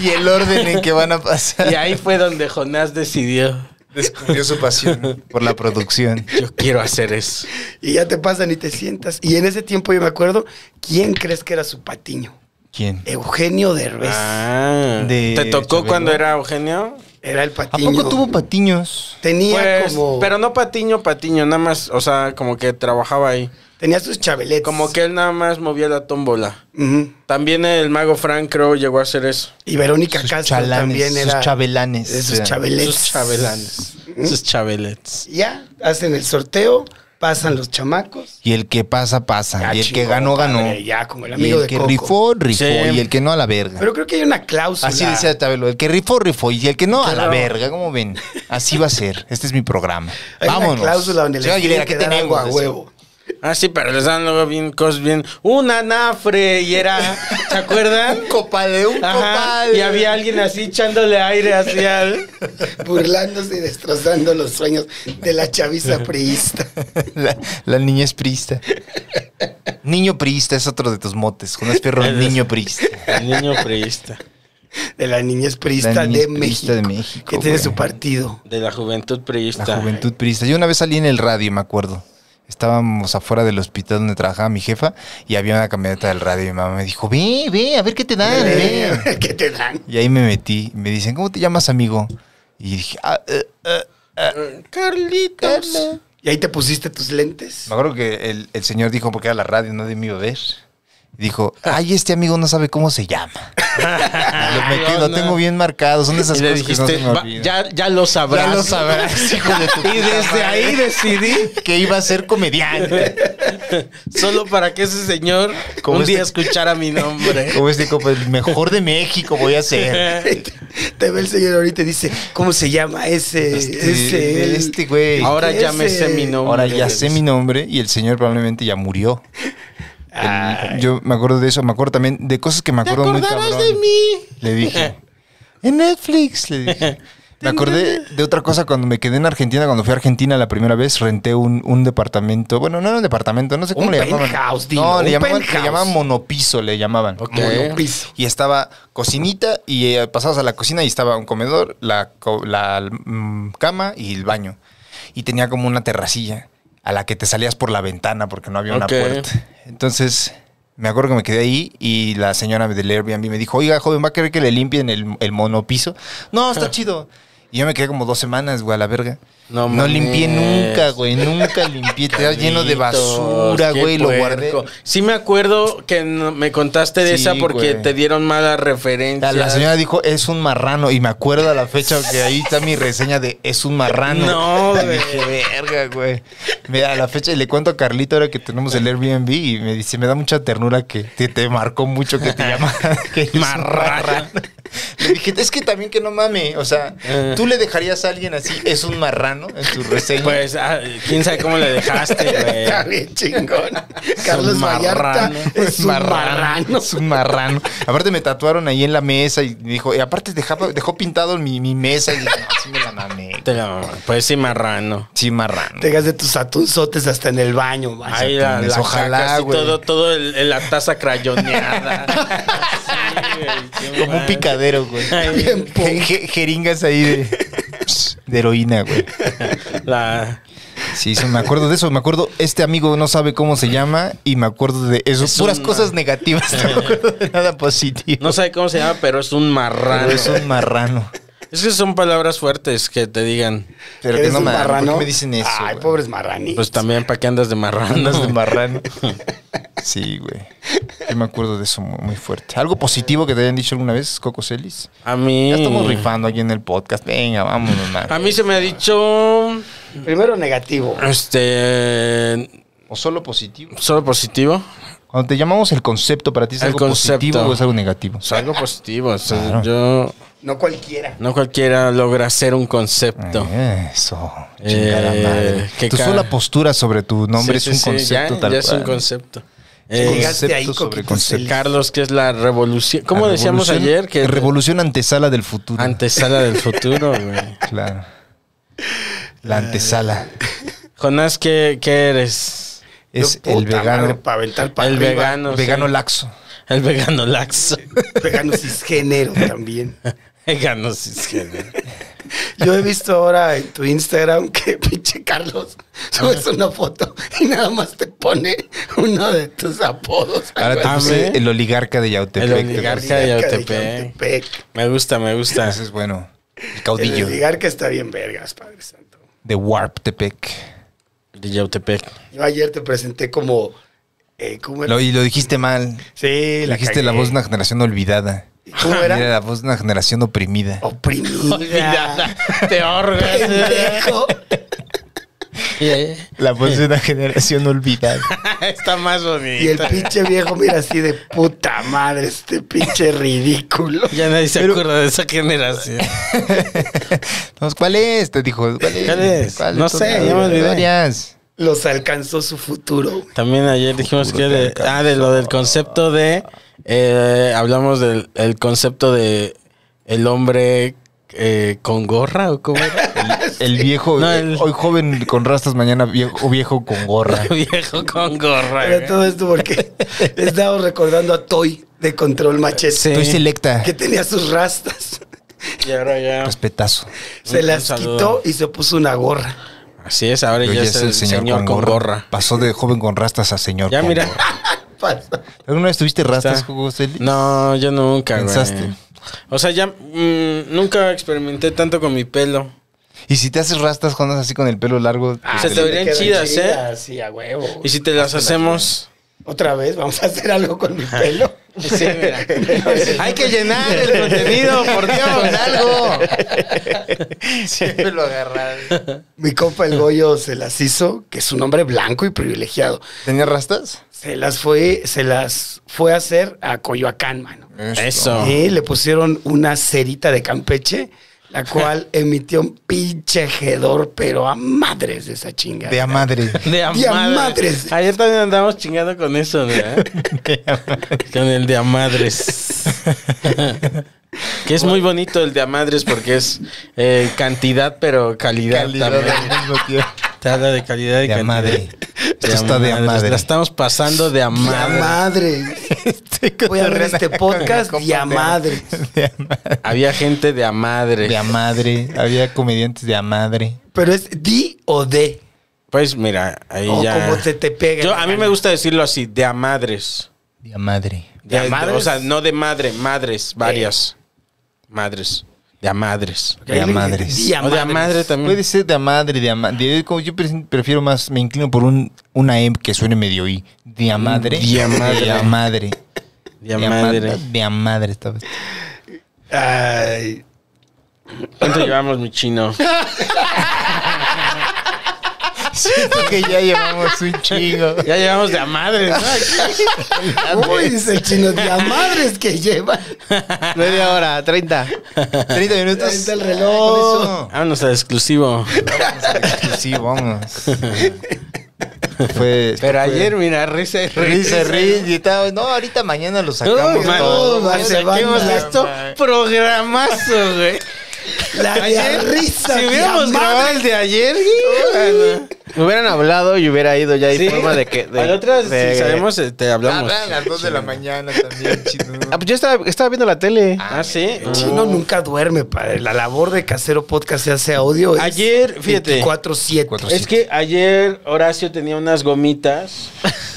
y el orden en que van a pasar.
Y ahí fue donde Jonás decidió,
Descubrió su pasión por la producción.
yo quiero hacer eso.
Y ya te pasan y te sientas. Y en ese tiempo yo me acuerdo, ¿quién crees que era su patiño?
¿Quién?
Eugenio Derbez.
Ah,
De
¿Te tocó
Chabelo.
cuando era Eugenio?
Era el
¿A
patiño.
poco tuvo patiños?
Tenía
Pues,
como...
pero no Patiño, Patiño, nada más, o sea, como que trabajaba ahí.
Tenía sus chabeletes.
Como que él nada más movía la tómbola.
Ujú.
También el mago Frank creo llegó a hacer eso.
Y Verónica
Sus
Castro
chalanes,
también
sus
era...
chabelanes.
de
O
Sus
sea,
chabeletes.
Sus chabelanes.
¿Eh?
Sus chabelets.
Ya, hacen el sorteo, pasan los chamacos.
Y el que pasa, pasa.
Ya,
y el que
chingón,
ganó, ganó.
Ah, padre, ya, como el
y
amigo
el
de
que
Coco.
rifó, rifó.
Sí.
Y el que no, a la verga.
Pero ah. creo que hay una cláusula.
Así decía Tabelo, el que rifó, rifó, y el que no, a la
Claro.
verga, ¿cómo ven? Así va a ser, este es mi programa.
Hay
Vámonos.
una cláusula donde les
Señora Aguilera,
tienen
¿qué
que dar algo
tenemos?
a huevo.
Ah, sí, pero les dan luego bien cosas bien. Un anafre. Y era. ¿Se acuerdan?
Un copal, eh, un
Ajá,
copal.
y había alguien así echándole aire hacia al.
Burlándose y destrozando los sueños de la chaviza priista.
La, la niña es priista. Niño priista es otro de tus motes. Jonás Fierro, niño priista.
El niño priista.
De la niñez priista,
La niñez
de,
priista de
México,
México,
Que tiene
güey.
su partido.
De la juventud
La
priista.
juventud priista. Yo una vez salí en el radio, me acuerdo. Estábamos afuera del hospital donde trabajaba mi jefa y había una camioneta del radio y mi mamá me dijo, ve, ve, a ver qué te dan, ve.
¿Qué te dan?
Y ahí me metí. Me dicen, ¿cómo te llamas, amigo? Y dije, ah, eh, eh, eh, Carlitos.
Y ahí te pusiste tus lentes.
Me acuerdo que el, el señor dijo, porque era la radio, no de mi beber. Dijo, ay, este amigo no sabe cómo se llama. Lo metí, lo
no.
tengo bien marcado. Son de esas
Ah, Y le
cosas que no
dijiste,
se me
"Va,
olvidan".
ya, ya lo sabrás.
Ya lo sabrás, hijo de tu
Y desde ahí decidí,
Que iba a ser comediante.
solo para que ese señor
Como
un
este-
día escuchara mi nombre.
Como este copa, el mejor de México voy a ser.
Te ve el señor ahorita y dice, ¿cómo se llama ese? ese
Este,
el-
este güey.
Ahora
Ese-
ya me sé mi nombre.
Ahora ya sé mi nombre y el señor probablemente ya murió. El-
Ay.
yo me acuerdo de eso, me acuerdo también de cosas que me acuerdo muy cabrón. de mí? Le dije. En Netflix, le dije. Me acordé de otra cosa cuando me quedé en Argentina, cuando fui a Argentina la primera vez, renté un, un departamento. Bueno, no era un departamento, no sé cómo
Un
le llamaban.
penthouse, dilo,
no, le
un
llamaban, le
penthouse.
llamaban monopiso, le llamaban.
Ok.
Monopiso.
Y estaba cocinita y eh, pasabas a la cocina y estaba un comedor, la, co- la, mm, cama y el baño. Y tenía como una terracilla a la que te salías por la ventana porque no había
Ok.
una puerta. Entonces, me acuerdo que me quedé ahí y la señora del Airbnb me dijo, oiga, joven, ¿va a querer que le limpien el, el monopiso? No, está chido. Y yo me quedé como dos semanas, güey, a la verga.
No
No, limpié
mames.
nunca, güey. Nunca limpié. Estaba lleno de basura,
Qué
güey. Lo
puerco.
guardé.
Sí me acuerdo que no- me contaste de
Sí,
esa porque
güey.
te dieron malas
La,
referencias.
la señora dijo, es un marrano. Y me acuerdo a la fecha que ahí está mi reseña de es un marrano.
No,
Y
güey.
dije, verga, güey. Mira, a la fecha y le cuento a Carlito ahora que tenemos el Airbnb y me dice, me da mucha ternura que te, te marcó mucho que te llama que eres un
Marrano.
marrano. Le dije, es que también que no mame. O sea,
Eh.
¿tú le dejarías a alguien así, es un marrano, en tu reseña?
Pues, ah, quién sabe cómo le
Este
dejaste,
Está
güey.
bien chingón. Carlos Vallarta
marrano.
es un marrano.
Es un marrano. Aparte me tatuaron ahí en la mesa y dijo, y aparte dejaba- dejó pintado mi, mi mesa y dije, "No, sí me la mamé.
Te la- Pues sí, marrano.
Sí, marrano.
Te gastas de tus atunzotes hasta en el baño, man.
Ahí la,
mames,
la
ojalá,
caca, así
güey.
todo, todo el- el- la taza crayoneada. Sí, güey, qué
Como un
mal.
picadero, güey.
Ay,
Bien punk.
Je- je- jeringas ahí de, de heroína, güey.
la-
Sí, sí, me acuerdo de eso. Me acuerdo, este amigo no sabe cómo se llama y me acuerdo de eso.
Es
Puras
un-
cosas negativas, no me acuerdo de nada positivo.
no sé cómo se llama, pero es un marrano.
Pero es un marrano.
Es que son palabras fuertes que te digan.
Pero que
¿Eres
no
un
me, ¿por
marrano?
qué me dicen eso.
Ay,
güey?
pobres marranitos.
Pues también, ¿para qué andas de marrano?
Andas de marrano. Sí, güey. Yo me acuerdo de eso muy, muy fuerte. ¿Algo positivo que te hayan dicho alguna vez, Coco Celis?
A mí.
Ya estamos rifando aquí en el podcast. Venga, vámonos, man.
Mm. A mí se me ha dicho.
Primero negativo.
Este.
¿O solo positivo?
Solo positivo.
Cuando te llamamos el concepto, ¿para ti es
El
algo
concepto.
positivo o es algo negativo?
O sea, algo positivo. o sea,
Claro.
Yo.
No cualquiera.
No cualquiera logra hacer un concepto.
Eso.
Eh,
Chingada madre.
qué
Tu
ca-
sola postura sobre tu nombre
Sí,
es un
sí, sí,
concepto
ya,
tal
ya es un
cual.
concepto. Eh, este,
Llegaste ahí,
concepto sobre
Coquito
concepto.
Celis.
Carlos, ¿qué es la revolución? ¿Cómo
La
decíamos
revolución-
ayer? Que
Revolución antesala del futuro.
Antesala del futuro, güey.
Claro. La antesala.
Jonás, ¿qué, qué eres?
Es
Yo,
el
puta madre,
vegano.
Para aventar para
El
arriba.
vegano. no
vegano
sé.
laxo.
El vegano laxo.
Vegano cisgénero también.
vegano cisgénero.
Yo he visto ahora en tu Instagram que pinche Carlos subes una foto y nada más te pone uno de tus apodos.
Ahora te
Ah,
puse
¿ve?
el oligarca de Yautepec.
El
te
oligarca.
puse.
de Yautepec.
Yautepec.
Me gusta, me gusta.
Ese es bueno. El
El
caudillo
oligarca está bien vergas, Padre Santo.
de Warp Tepec.
De Yautepec.
Yo ayer te presenté como... eh, ¿Cómo era?
Lo, y lo dijiste mal.
sí, la
dijiste la
cagué.
voz de una generación olvidada.
¿Cómo
Era
era?
la voz de una generación oprimida.
Oprimida.
Te ahorras.
Pendejo.
La voz de una generación olvidada.
Está más bonito.
Y el pinche viejo mira así de puta madre, este pinche ridículo.
Ya nadie se acuerda de esa generación.
Entonces, ¿cuál es? Te dijo. ¿Cuál es?
¿Cuál es? No
Tú,
sé, ya me olvidé.
varias.
Los alcanzó su futuro.
También ayer dijimos que de, ah, de lo del concepto de eh, hablamos del el concepto de el hombre eh, con gorra o cómo era?
El viejo, eh,
No, el-
hoy joven con rastas, mañana viejo, viejo con gorra.
El viejo con gorra.
Pero
güey.
todo esto porque estamos recordando a Toy de Control Machete,
Sí.
Estoy selecta.
que tenía sus rastas.
Y ahora ya.
Respetazo.
Se
Un
las
saludo.
quitó y se puso una gorra.
Así es, ahora
Pero
ya es el señor, con, gorra.
Pasó de joven con rastas a señor
Ya
con
mira.
gorra.
Pasa.
¿Alguna vez tuviste rastas,
Está.
Hugo Celis?
No, yo nunca. güey.
Pensaste.
O sea, ya mm, nunca experimenté tanto con mi pelo.
Y si te haces rastas cuando andas así con el pelo largo.
Ah, se
te
te
lo-
verían chidas, ¿eh?
Sí, a huevo.
Y si te las hacemos.
Otra vez, vamos a hacer algo con mi pelo.
Sí, mira. Hay que llenar el contenido, por Dios, con algo.
Siempre lo agarras.
Mi compa el Goyo se las hizo, que es un hombre blanco y privilegiado.
¿Tenías rastas?
Se las fue, se las fue a hacer a Coyoacán, mano.
Eso.
Eh, le pusieron una cerita de Campeche, la cual emitió un pinche hedor, pero a madres de esa chinga.
De a madre.
De
De a madres.
Ayer también andamos chingando con eso, ¿verdad? con el de amadres. que es muy bonito el de amadres porque es eh, cantidad, pero calidad, también. Te habla de calidad y
De a
cantidad.
madre. Esto está de a
amadres.
madre.
La estamos pasando de
De a
amadres.
madres. Voy a ver
ver
este podcast y a madres.
De a madre.
Había gente de amadres.
De a madre. Había comediantes de a madre.
Pero es di o de.
Pues mira, ahí
o
ya.
como se te pega.
Yo, a mí me gusta decirlo así, de amadres.
De a madre.
De
¿De amadres?
O sea, no de madre, madres, varias. Madres. De amadres.
De a madres.
Di a
O de a
madres.
madre también.
Puede ser de a madre, de a madre. Yo pre- prefiero más, me inclino por un, una M que suene medio I. De a madre.
De a madre.
De a madre.
De amadre.
De a madre esta vez.
Ay,
¿Cuánto llevamos, mi chino?
Siento que ya llevamos un chingo.
Ya llevamos de amadres, ¿no?
uy, dice el chino, de a madres que lleva.
Media hora, 30.
30 minutos.
Ahí está el reloj.
Ay, con
Vámonos al exclusivo.
eso. Sí, vamos. Fue.
Pero ayer, mira, risa y risa.
Risa, risa y tal. No, ahorita mañana lo sacamos
No, man,
todo.
no, man, se van
saquemos
a-
esto programazo, güey.
La de a
¿eh?
risa.
Si
de a
hubiéramos
madres.
grabado el de ayer, güey.
Me hubieran hablado y hubiera ido ya. Hay
Sí.
forma de que. de-
Al otro,
de-
si sabemos, eh, te hablamos.
Ah, A las 2 de la mañana también, chino.
Ah, pues yo estaba, estaba viendo la tele.
Ah, sí.
El chino nunca duerme, padre. La labor de casero podcast se hace audio. es
Ayer, fíjate.
24-7.
Es que ayer Horacio tenía unas gomitas,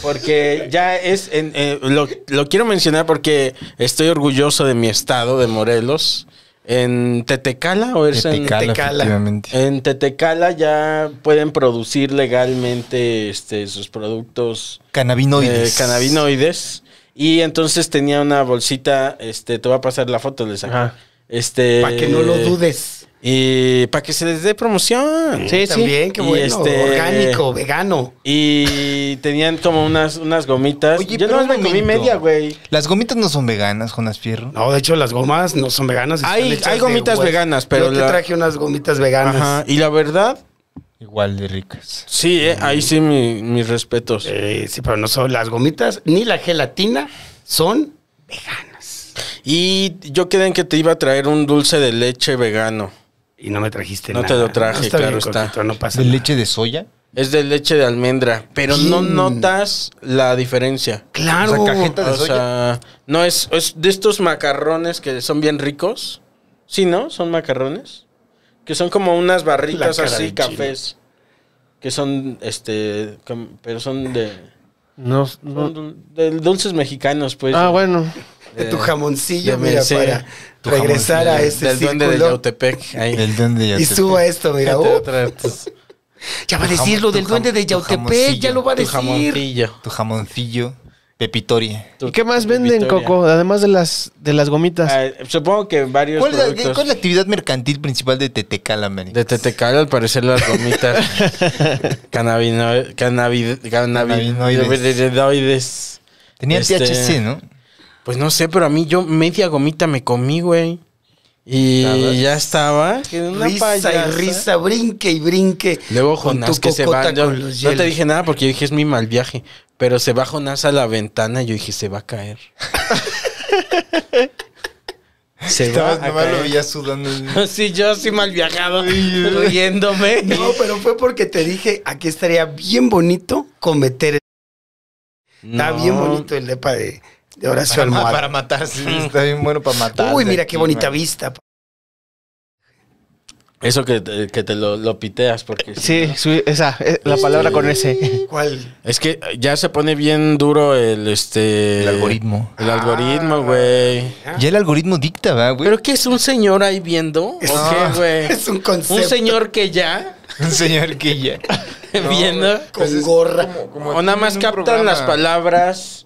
porque ya es, en- eh, lo, lo quiero mencionar porque estoy orgulloso de mi estado de Morelos. En Tetecala o es en
Tecala,
Tecala.
efectivamente.
En Tetecala ya pueden producir legalmente este, sus productos
Cannabinoides.
eh, cannabinoides. Y entonces tenía una bolsita, este, te voy a pasar la foto, les saco.
Ajá.
Este,
Para que no lo dudes.
Y para que se les dé promoción.
Sí, sí.
También, qué
Y
bueno.
este-
Orgánico, vegano.
Y tenían como unas, unas gomitas.
Oye,
Yo
pero
nomás me
un
comí
momento.
media, güey.
Las gomitas no son veganas, Jonas Fierro.
No, de hecho, las gomas no son veganas. están
Hay-
hechas
hay
de
gomitas
hueso.
veganas, pero
Yo te
la-
traje unas gomitas veganas.
Ajá. Y la verdad,
Igual de ricas.
sí, eh, ahí sí mi- mis respetos.
Eh, sí, pero no son las gomitas ni la gelatina son.
Y yo quedé en que te iba a traer un dulce de leche vegano.
Y no me trajiste
No
nada.
te lo traje, claro está.
coquito, No pasa
¿De
nada.
leche de soya?
Es de leche de almendra, pero no
Mm.
notas la diferencia.
Claro.
O sea, cajeta de
O
soya.
sea, no es, es de estos macarrones que son bien ricos. Sí, ¿no? Son macarrones. Que son como unas barritas
La cara
así,
del chino.
cafés. Que son, este, com- pero son de,
No, no-
son dul- de dulces mexicanos, pues.
Ah, bueno.
de tu jamoncillo,
Eh, de-
mira,
sí.
para
Tu
regresar a
del-
ese
Del duende de
círculo.
Yautepec. Este Ahí.
Del duende ya
Y
te-
suba esto, mira.
Ya te
oh,
lo trae tus-
ya va a
Tu jam-
decir lo del
tu
duende
jam-
de
tu
Yautepec,
jamoncillo,
ya lo va a
tu
decir.
jamoncillo.
Tu jamoncillo, pepitoria.
tu-
¿Y qué más
tu
venden,
Victoria.
Coco? Además de las, de las gomitas.
Ah, supongo que varios
¿Cuál, es la-
productos
cuál es la actividad mercantil principal de Tetecal, América?
de Tetecal, al parecer las gomitas cannabino- cannabi- cannabinoides.
Tenía
este-
THC, ¿no?
Pues no sé, pero a mí yo media gomita me comí, güey. Y
¿Estabas?
ya estaba. que una
Risa
payasa.
y risa, brinque y brinque.
Luego
con
Jonás
tu
que se
cocota
va. yo-
con los
no te
hielos.
dije nada porque yo dije es mi mal viaje. Pero se va Jonás a la ventana y yo dije se va a caer. se va a
Estabas nomás lo
caer.
veía sudando.
Sí, yo sí mal viajado, riéndome.
No, pero fue porque te dije, aquí estaría bien bonito cometer. Está
No.
bien bonito el depa de, de Horacio
Para, ma- para
Almohada.
matarse. Está bien bueno para matar.
Uy, mira qué bonita vista. pues.
Eso que te, que te lo, lo piteas porque...
sí, sí, esa, eh, la palabra con ese.
¿Cuál?
Es que ya se pone bien duro el, este...
El algoritmo.
El algoritmo, güey.
Ya el algoritmo dicta, ¿verdad, güey?
¿Pero qué es un señor ahí viendo? ¿O
No.
qué, güey?
Es un concepto.
Eh, Un señor que ya...
Un señor que ya.
viendo...
con gorra.
O nada más captan las palabras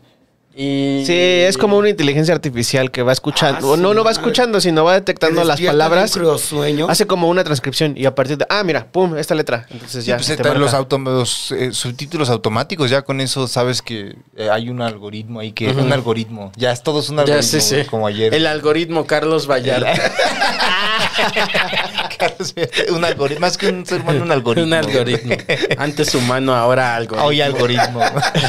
y...
Sí, es como una inteligencia artificial que va escuchando.
Ah,
o no,
sí,
no va
madre.
escuchando, sino va detectando
Te
las
despierta de un
palabras.
crudo sueño.
Hace como una transcripción y a partir de. Ah, mira, pum, esta letra. Entonces
Sí,
ya.
pues,
te
están los,
marca.
autom- los, eh, subtítulos automáticos, ya con eso sabes que eh, hay un algoritmo ahí que
Ujú.
un algoritmo. Ya es todo es un algoritmo
Ya sí, sí.
güey, como ayer.
El algoritmo Carlos Vallarta.
un algoritmo, más que un ser humano, un algoritmo. Oh,
Un algoritmo. Antes humano, ahora algoritmo.
Hoy algoritmo.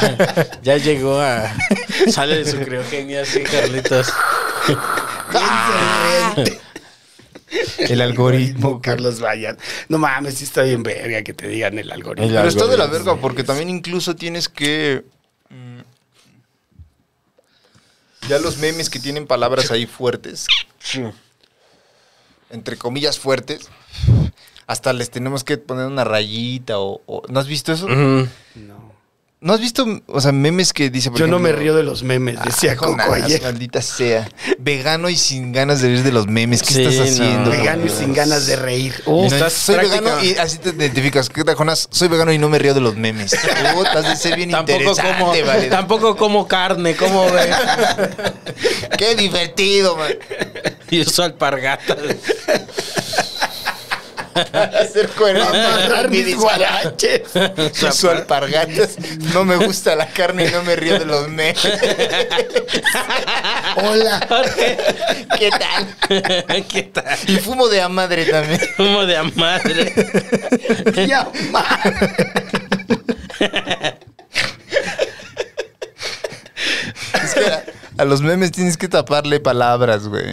Ya llegó a. Sale de su criogenia, sí, Carlitos.
el algoritmo.
¡Ah! Carlos Vayan. No mames, sí está bien verga que te digan el algoritmo.
El
Pero está de la
algoritmo.
verga porque también incluso tienes que... mm, Ya los memes que tienen palabras ahí fuertes, entre comillas fuertes, hasta les tenemos que poner una rayita o... o- ¿No has visto
Mm.
eso?
Ujú.
No.
¿No has visto, o sea, memes que dice... por
Yo no me
ejemplo,
río de los memes, decía
"Ah,
Coco
jonas,
ayer.
Maldita sea. Vegano y sin ganas de reír de los memes. ¿Qué
Sí,
estás
no.
haciendo?
Vegano y
Jonas?
sin ganas de reír.
Y
Uh,
no,
estás
soy
práctica-
vegano y así te identificas. ¿Qué tal, Jonas? Soy vegano y no me río de los memes. Oh, estás de ser bien
Tampoco
interesante,
como,
vale.
tampoco como carne, como ves?
Qué divertido, man.
Y uso alpargatas.
Hacer
amarrar mis guaraches.
Su alpargatas. No me gusta la carne y no me río de los memes.
Hola.
¿Qué tal?
¿Qué tal?
Y fumo de a madre también.
Como de a madre.
tía Ma.
Es que a, a los memes tienes que taparle palabras, güey.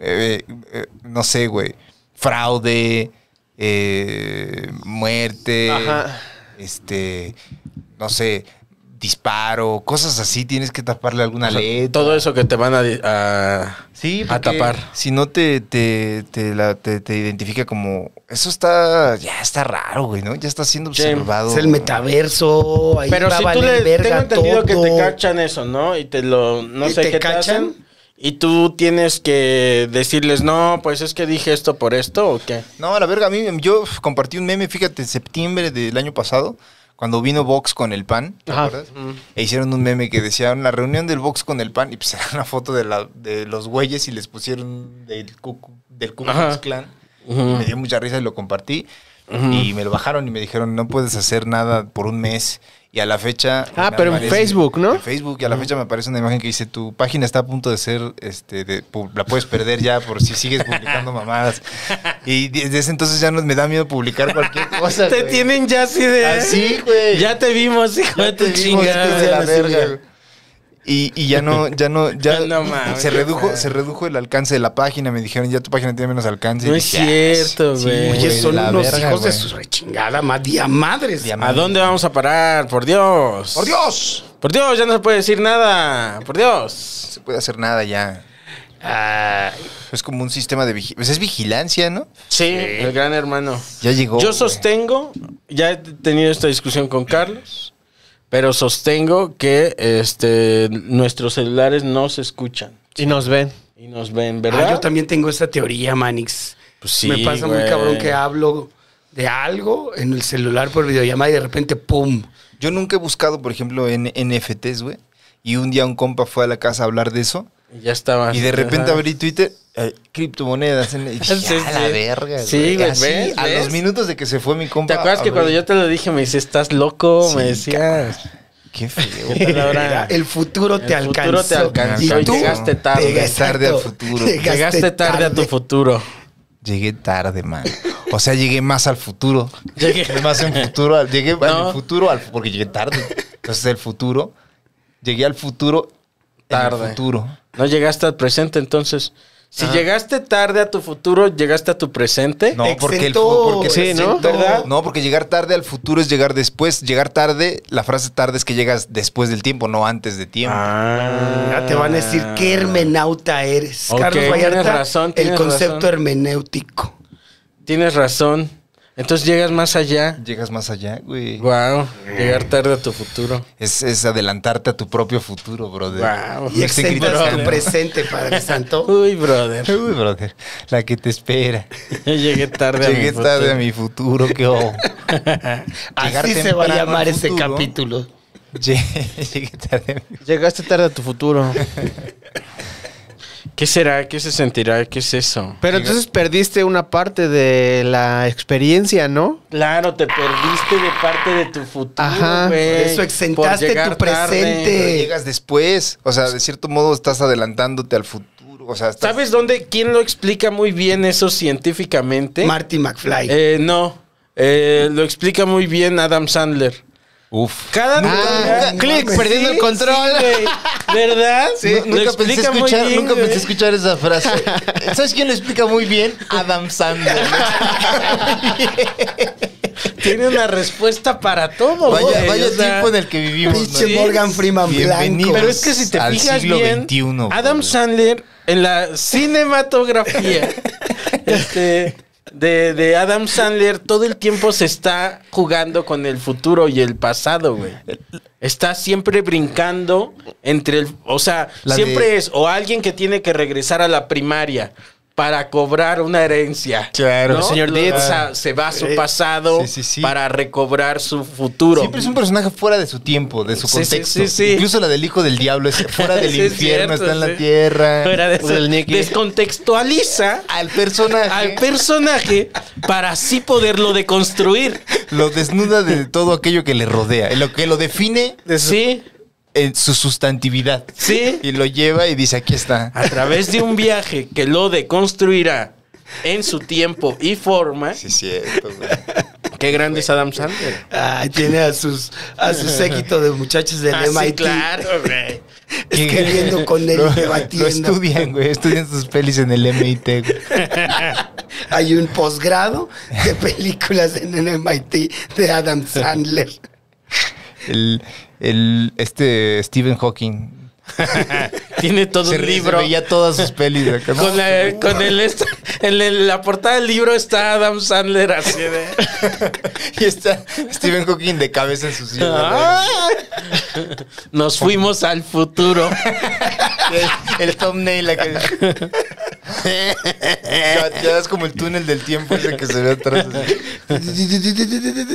Eh, eh, eh, no sé, güey. Fraude, eh, muerte,
Ajá.
este, no sé, disparo, cosas así. Tienes que taparle alguna letra.
Todo eso que te van a. di- a-
Sí,
a
porque
tapar.
Si no te, te, te, la- te- te identifica como. Eso está. Ya está raro, güey, ¿no? Ya está siendo
Sí.
observado.
Es el metaverso. Ahí
Pero
va
si
a
tú le.
valer verga
Tengo entendido que te
todo.
cachan eso, ¿no? Y te lo. No
¿Y
sé
te
qué
cachan?
te hacen. Y tú tienes que decirles, no, pues es que dije esto por esto o qué.
No, a la verga, a mí yo compartí un meme, fíjate, en septiembre del año pasado, cuando vino Vox con el PAN, ¿te
Ajá.
acuerdas? E hicieron un meme que decía la reunión del Vox con el PAN y pues era una foto de, la, de los güeyes y les pusieron del Ku Ku- del Ku Klux
Ajá.
Klan.
Ujú.
Me dio mucha risa y lo compartí. Y me lo bajaron y me dijeron, no puedes hacer nada por un mes. Y a la fecha...
Ah,
me
pero en Facebook, ¿no?
En Facebook. Y a la fecha me aparece una imagen que dice, tu página está a punto de ser... este de- pu- La puedes perder ya por si sigues publicando mamadas. Y desde ese entonces ya no me da miedo publicar cualquier cosa.
Te
güey.
tienen ya así de.
Así, Ah, güey.
Ya te vimos, hijo de
Ya
tu
te vimos,
chingada.
hijos de la
Así,
verga,
güey.
güey. Y, y ya no, ya no, ya
No mames,
se
qué
redujo,
padre.
se redujo el alcance de la página. Me dijeron, ya tu página tiene menos alcance.
No
Y
es
dije, "Ah,
cierto,
sí,
güey.
Oye,
güey,
son
la
unos
verga,
hijos de
güey.
sus rechingada más diamadres.
Diam-
¿A dónde vamos a parar? Por Dios.
Por Dios.
Por Dios, ya no se puede decir nada. Por
No
Dios.
se puede hacer nada ya.
Ay,
Es como un sistema de vigilancia. es vigilancia, ¿no?
Sí, el gran hermano.
Ya llegó.
Yo
güey.
sostengo, ya he tenido esta discusión con Carlos, pero sostengo que este, nuestros celulares no se escuchan
Y nos ven.
y nos ven, ¿verdad?
ah, yo también tengo esta teoría, Manix.
Pues sí,
Me pasa muy
güey.
cabrón que hablo de algo en el celular por videollamada y de repente, ¡pum!
Yo nunca he buscado, por ejemplo, en NFTs, güey. Y un día un compa fue a la casa a hablar de eso.
Y Ya estaba.
Y de repente
Ajá.
abrí Twitter, eh, criptomonedas. en- y dije,
Sí,
"Ah, la
sí.
verga,
Sí, güey,
Así,
¿ves?
a
¿ves?
los minutos de que se fue mi compa.
¿Te acuerdas que
abrí.
cuando yo te lo dije me dice, estás loco?
Sí,
me decías.
Qué feo.
¿Qué tal ahora?
Mira, el futuro te
El
alcanzó.
futuro te alcanzó.
Y tú
Llegaste tarde.
llegaste
Tarde al futuro.
Llegaste tarde a tu futuro.
Llegué tarde, man. O sea, llegué más al futuro.
Llegué.
Llegué más en futuro. al- Llegué
No.
al futuro al- porque llegué tarde. Entonces, el futuro. Llegué al futuro. Tarde.
Tarde.
futuro.
No llegaste al presente, entonces. Si
Ah.
llegaste tarde a tu futuro, llegaste a tu presente.
No,
Te
porque el
exentó,
fu- porque
Sí, ¿no?
exentó.
¿Verdad?
No, porque llegar tarde al futuro es llegar después. Llegar tarde, la frase tarde es que llegas después del tiempo, no antes de tiempo.
Ah.
Ya te van a decir qué hermenauta eres.
Ok,
Carlos Vallarta,
tienes razón,
el
tienes
concepto
razón.
hermenéutico.
Tienes razón. Entonces llegas más allá.
Llegas más allá, güey.
Wow, llegar tarde a tu futuro.
Es, es adelantarte a tu propio futuro, brother.
Guau.
Y
Me estoy
exentas tu
criticando.
presente, Padre Santo.
Uy, brother.
Uy, brother, la que te espera.
Yo llegué tarde a mi
Llegué
futuro.
tarde a mi futuro, qué obo. Llegar
Así se va a
temprano al
llamar este
futuro.
capítulo.
Lle- Llegué tarde. a mi-
Llegaste tarde a tu futuro.
¿Qué será? ¿Qué se sentirá? ¿Qué es eso?
Pero entonces perdiste una parte de la experiencia, ¿no?
Claro, te perdiste de parte de tu futuro,
Ajá.
güey.
Por eso exentaste
llegar
tu presente.
tarde.
Pero llegas después, o sea, de cierto modo estás adelantándote al futuro, o sea, estás-
¿Sabes dónde? ¿Quién lo explica muy bien eso científicamente?
Marty McFly.
Eh, no. Eh, lo explica muy bien Adam Sandler.
Uf.
Cada
Ah,
día-
clic,
Sí,
perdiendo el control.
sí, güey. ¿Verdad?
Sí,
Lo
nunca, pensé
explica muy
escuchar,
bien,
nunca
güey.
pensé escuchar esa frase. ¿Sabes quién lo explica muy bien? Adam Sandler.
Tiene una respuesta para todo,
vaya
güey,
vaya
o sea,
tiempo en el que vivimos.
Pinche
¿no?
Morgan Freeman
Bienvenidos
blanco.
Pero es que si te
al
fijas
siglo
bien,
XXI,
Adam
brother.
Sandler en la cinematografía este, de, de Adam Sandler todo el tiempo se está jugando con el futuro y el pasado, güey. Está siempre brincando entre el... O sea,
La
siempre
de-
es o alguien que tiene que regresar a la primaria para cobrar una herencia.
Claro.
¿no?
El señor
Lo-
Deeds.
o sea, se va a su pasado
Sí, sí, sí.
para recobrar su futuro.
Siempre es un personaje fuera de su tiempo, de su
Sí, sí,
contexto.
sí, sí.
Incluso la del hijo del diablo es fuera del
Sí, es
infierno,
cierto,
está en la
sí.
tierra.
Fuera de
Pues
eso,
el Nicky.
descontextualiza
Al personaje
al personaje para así poderlo deconstruir.
lo desnuda de todo aquello que le rodea, lo que lo define
Sí,
en su sustantividad.
sí.
Y lo lleva y dice, aquí está.
A través de un viaje que lo deconstruirá en su tiempo y forma.
Sí, cierto, güey.
Qué grande es Adam Sandler.
Ay, Ah, tiene a sus a su séquito de muchachos del
Ah, sí,
MIT
claro, güey.
escribiendo con él
Lo,
y
lo
debatiendo.
estudian, güey. Estudian sus pelis en el MIT. güey.
Hay un posgrado de películas en el MIT de Adam Sandler.
El, el- este Stephen Hawking.
Tiene todo
Se,
un
ríe, se
libro.
veía todas sus pelis. acá, ¿no?
Con, la, con el, est- en el- la portada del libro está Adam Sandler así de.
y está Stephen Hawking de cabeza en su silla. güey.
Ah. Nos fuimos al futuro.
El, el thumbnail. acá. ya, ya es como el túnel del tiempo ese que se ve atrás. así.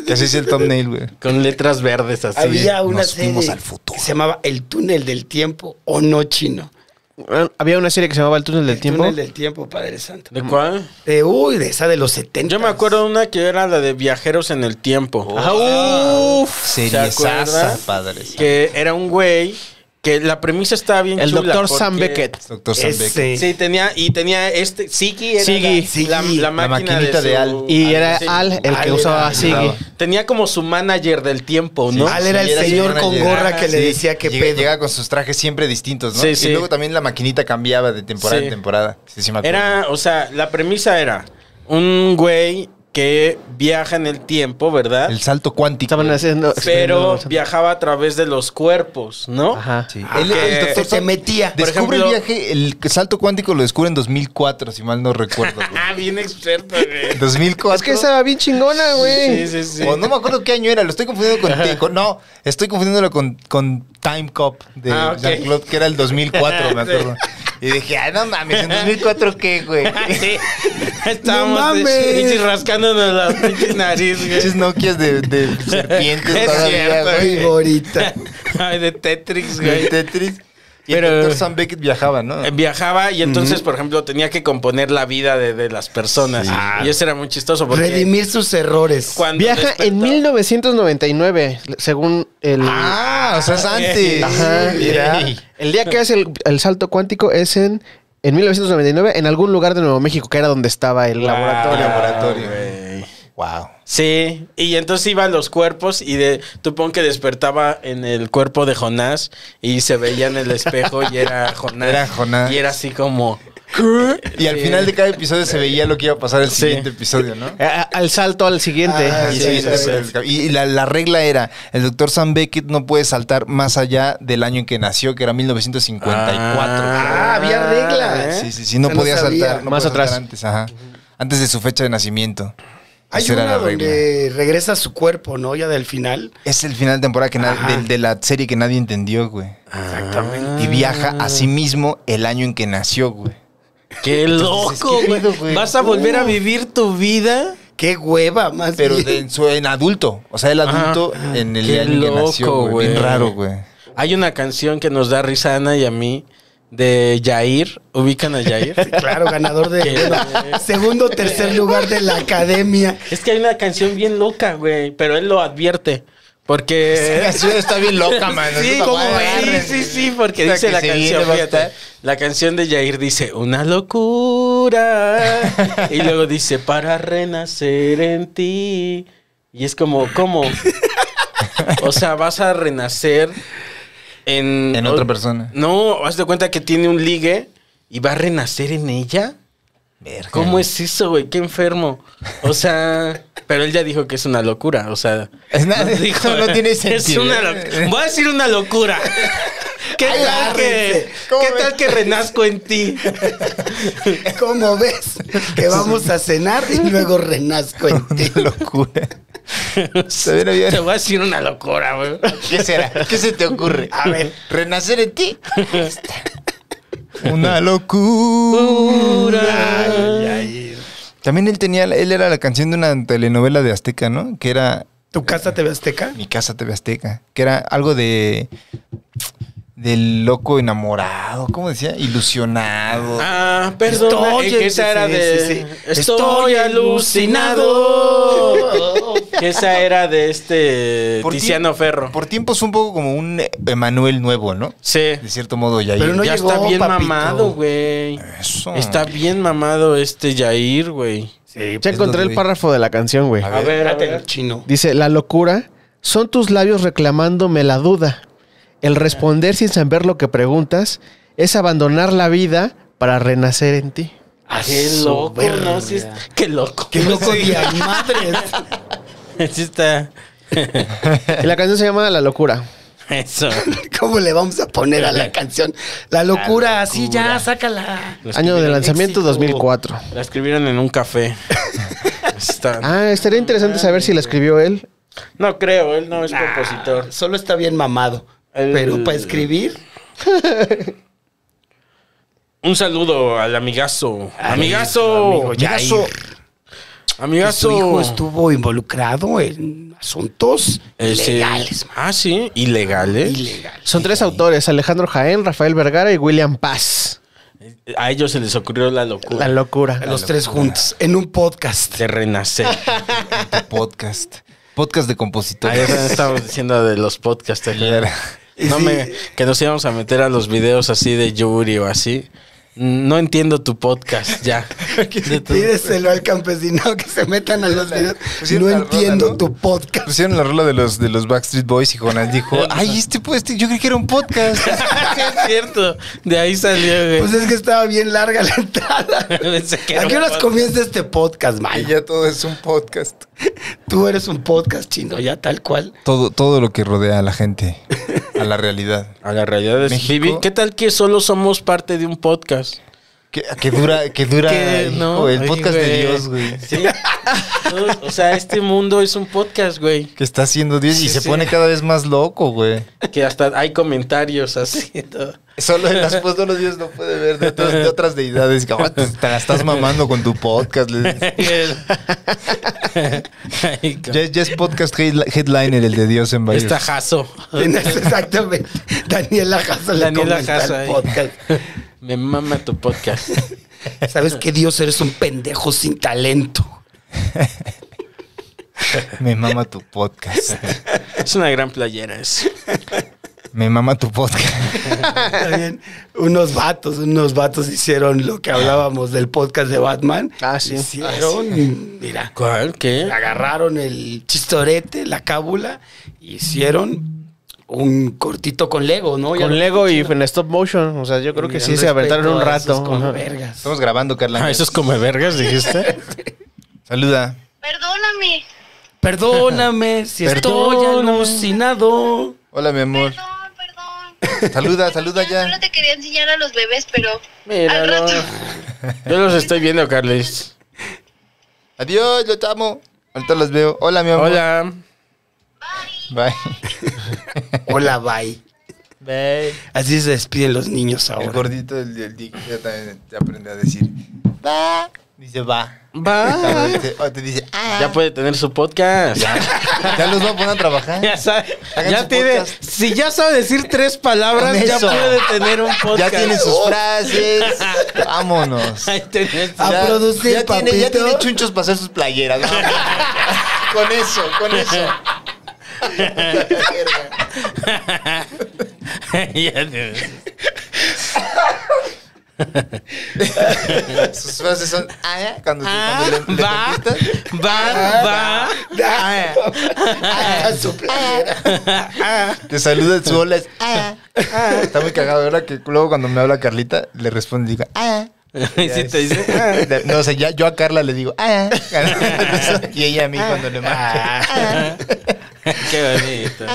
Que así es el thumbnail, güey.
Con letras verdes así.
Había una
nos
serie
fuimos al futuro.
que se llamaba El túnel del tiempo o no chino.
eh, había una serie que se llamaba El túnel del
El
tiempo.
túnel del tiempo, Padre Santo.
¿De cuál?
De, uy, de esa de los 70.
Yo me acuerdo de una que era la de viajeros en el tiempo.
Ajá,
Ah,
uf.
Seriesaza,
acuerdas?
padres.
Que era un güey que la premisa estaba bien
El
chula
doctor Sam
porque-
Beckett.
Doctor
Ese.
Sí, tenía, y tenía este, Siki era
Siggy.
la-
Siggy.
La, la
La
máquina
maquinita
de,
de
su-
Al.
Y
Al,
era
sí.
Al el que
Al
usaba
era-
Siggy.
Tenía como su manager del tiempo, ¿no?
Al Ah, era el
Sí,
señor
su
con
manager.
gorra
Ajá,
que le
sí.
decía qué
llega,
pedo.
llegaba con sus trajes siempre distintos, ¿no?
Sí, sí.
Y luego también la maquinita cambiaba de temporada
Sí.
en temporada. Sí, sí me acuerdo.
Era, o sea, la premisa era un güey que viaja en el tiempo, ¿verdad?
el salto cuántico.
Estaban haciendo
Pero
experimentos.
viajaba a través de los cuerpos, ¿no?
Ajá.
Sí.
Ah,
Él-
que
el
se
doctor
te
Sam
metía.
Por
descubre
ejemplo-
el viaje, el salto cuántico lo descubre en 2004, si mal no recuerdo. güey.
Ah, bien experto, güey.
2004.
Es que estaba bien chingona, güey.
Sí, sí, sí.
O no me acuerdo qué año era, lo estoy confundiendo con. con- no, estoy confundiéndolo con, con Time Cop de
Ah, ok.
Jean-Claude, que era el 2004, me acuerdo. Y dije, ah, no mames, ¿en 2004 qué, güey?
Sí. Estábamos
No mames.
de- pinches rascándonos las pinches nariz,
Pinches
güey.
Nokias de, de serpientes
Es
todavía,
cierto,
güey.
Vigorita.
Ay, de Tetris,
De
güey.
Tetris. Y
Pero-
el doctor Sam Beckett viajaba, ¿no?
Eh, Viajaba y entonces, por ejemplo, tenía que componer la vida de, de las personas. Y eso era muy chistoso porque
Redimir sus errores.
cuando
Viaja
despertó-
en 1999, según el...
Ah, o sea, es antes.
Ajá.
Mira.
El día que hace el, el salto cuántico es en, en 1999 en algún lugar de Nuevo México, que era donde estaba el laboratorio.
laboratorio.
güey.
Wow.
Sí, y entonces iban los cuerpos y de tú pon que despertaba en el cuerpo de Jonás y se veía en el espejo y era Jonás.
Era Jonás.
Y era así como
Y al
Sí.
final de cada episodio se veía lo que iba a pasar el siguiente episodio, ¿no?
Eh, A- a- al salto al siguiente.
Ah,
Y, sí,
sí, sí,
sí,
sí.
sí. Y la, la regla era, el doctor Sam Beckett no puede saltar más allá del año en que nació, que era 1954.
Ah, había regla, ¿eh?
Sí, sí, sí, no
O sea, no
podía
sabía.
saltar. no
Más
podía saltar
atrás.
Antes, ajá. antes de su fecha de nacimiento.
Hay
Esa era
una
la regla.
donde regresa su cuerpo, ¿no? Ya del final.
Es el final de temporada que na-
Ajá.
del- de, la serie que nadie entendió, güey.
Exactamente.
Y viaja a sí mismo el año en que nació, güey.
Qué loco,
qué
güey.
pedo, güey.
Vas a volver a vivir tu vida.
Qué hueva, más
Pero
bien.
de- en, su- en adulto. O sea, el
Ajá. Ah,
adulto en el
Qué
año en que nació,
loco,
güey. Bien
güey.
raro, güey.
Hay una canción que nos da risa a Ana y a mí de Yair. ¿Ubican a Yair?
Claro, ganador de
Qué
bueno, segundo tercer lugar de la academia.
es que hay una canción bien loca, güey, pero él lo advierte. Porque
está bien loca,
Sí, ¿cómo ven? sí, sí, sí, porque
O sea,
dice
que
la
se
canción,
viene, va a
fíjate,
estar.
la canción de Jair dice, una locura, y luego dice, para renacer en ti, y es como, ¿cómo? O sea, vas a renacer en...
En otra persona.
No, haz de cuenta que tiene un ligue y va a renacer en ella. ¿Cómo es eso, güey? Qué enfermo. O sea, pero él ya dijo que es una locura. O sea,
Es nada- no tiene
Es
sentido.
una lo- Voy a decir una locura. ¿Qué tal que,
agárrense.
¿Cómo
qué
ves?
tal que renazco en ti?
¿Cómo ves? Que vamos a cenar y luego renazco en ti.
Una locura. También había-
Te voy a decir una locura, güey.
¿Qué será? ¿Qué se te ocurre?
A ver.
¿Renacer en ti? Una locura. También él tenía, él era la canción de una telenovela de Azteca, ¿no? Que era
¿Tu casa te ve azteca?
Mi casa TV Azteca, que era algo de del loco enamorado, ¿cómo decía? Ilusionado.
Ah, perdón.
Estoy en-
esa era
sí,
de.
sí, sí.
Estoy,
Estoy
alucinado.
alucinado.
esa era de este
Por
Tiziano
tiemp-
Ferro.
Por tiempos un poco como un Emanuel nuevo, ¿no?
Sí.
De cierto modo, ya
Pero no
ya
llegó,
está bien
papito.
mamado, güey.
Eso.
Está bien mamado este Jair, güey.
pues,
Sí,
Ya encontré el párrafo de la canción, güey.
A ver, a ver.
el chino.
Dice, la locura son tus labios reclamándome la duda. El responder sin saber lo que preguntas es abandonar la vida para renacer en ti.
Qué
su
loco, ¿no? Sí,
verga.
qué loco.
Qué loco de a madres.
Sí está.
Y la canción se llama La locura.
Eso.
¿Cómo le vamos a poner a la canción? La locura, así ya, sácala.
Lo
Año de
escribieron-
lanzamiento 2004.
La escribieron en un café. Está.
Ah, estaría interesante saber si la escribió él.
No creo, él no es compositor.
Ah, Solo está bien mamado.
El-
Pero para escribir,
Un saludo al amigazo.
Ay,
amigazo.
amigo Yair. que
Amigazo.
su hijo estuvo involucrado en asuntos
Este,
legales, man.
Ah, sí, ilegales.
Ilegales.
Son tres autores, Alejandro Jaén, Rafael Vergara y William Paz.
A ellos se les ocurrió la locura
La locura.
Los tres juntos, en un podcast.
de renacer.
Podcast. Podcast de
Ahí
compositores.
es donde estábamos diciendo de los podcasts.
Claro.
No
Sí.
me, que nos íbamos a meter a los videos así de Yuri o así. No entiendo tu podcast ya. De tu-
Pídeselo al campesinado que se metan a los videos.
Pusieron
No
la rola,
entiendo
¿no?
tu podcast.
Pusieron la rola de los, de los Backstreet Boys y Jonas dijo, ay, este, pues, este- yo creí que era un podcast.
Sí, es cierto. De ahí salió,
Pues
güey.
es que estaba bien larga la entrada.
Pensé que era
¿A qué
un
horas
podcast.
comienza este podcast, man?
Y ya todo es un podcast.
Tú eres un podcast chino, ya tal cual.
Todo, todo lo que rodea a la gente, a la realidad.
A la realidad es
México.
Vivi, ¿Qué tal que solo somos parte de un podcast?
Que, que dura, que dura
Que
hijo,
no,
el
ay,
podcast de
güey.
Dios, güey.
Sí. Todos- o sea, este mundo es un podcast, güey.
Que está haciendo Dios y
Sí,
se
sí.
pone cada vez más loco, güey.
Que hasta hay comentarios así. y todo.
Solo en las fotos los Dios no puede ver de, otros- de otras deidades. Como, "Ah, te, te la estás mamando con tu podcast. le dices.
Ay, co-
Ya, ya es podcast headli- headliner el de Dios en varios.
Está jaso.
Tienes exactamente. Daniela Jasso le
Ah. Daniela
comenta
Jasso
al
ahí.
podcast.
Me mama tu podcast.
¿Sabes qué, Dios? Eres un pendejo sin talento.
Me mama tu podcast.
Es una gran playera. Es.
Me mama tu podcast.
También unos vatos, unos vatos hicieron lo que hablábamos del podcast de Batman.
Ah, sí.
Hicieron, mira,
¿Cuál? ¿Qué?
agarraron el chistorete, la cábula, hicieron un cortito con Lego, ¿no? Ya
Con
lo-
Lego y en stop motion. O sea, yo creo que
Mira,
sí se
respeto
aventaron un
a esos
rato.
como
Ajá.
vergas.
Estamos grabando, Carla.
Ah, esos come vergas, dijiste.
Saluda.
Perdóname,
Perdóname si estoy
Perdóname.
alucinado.
Hola, mi amor.
perdón, Ah, perdón.
Saluda, saluda
Solo
ya.
te quería enseñar a los bebés, pero al
Míralo.
rato.
Yo los estoy viendo, Carles.
Adiós, yo te amo. Ahorita los veo. Hola, mi amor.
Hola.
Bye.
Hola, bye. Así se despiden los niños
El
ahora.
gordito del, del Dick ya también te aprende a decir. Va. Dice va.
Va.
Te- O te dice, ah.
Ya puede tener su podcast.
Ya los va a poner a trabajar.
Ya sabe,
Hagan
ya
su
tiene,
podcast.
si ya sabe decir tres palabras,
Con
ya
eso.
puede tener un podcast.
Ya tiene sus frases. Vámonos.
Ahí tenés.
A
Ya-
producir,
ya tiene, ya
papito.
tiene chunchos para hacer sus playeras. Vámonos. con eso, con eso.
Ya tenés.
Sus frases son, ah, cuando, te-
Ah,
cuando le, le
va,
contestas.
va,
Ah, ah, su playera.
Te saluda su hola. es, ah, ah. Está muy cagado. Ahora que luego cuando me habla Carlita, le respondo y digo, ah.
va. Y si te dice,
Ah. No, o sea, ya, yo a Carla le digo, ah. y ella a mí cuando le marca.
qué bonito.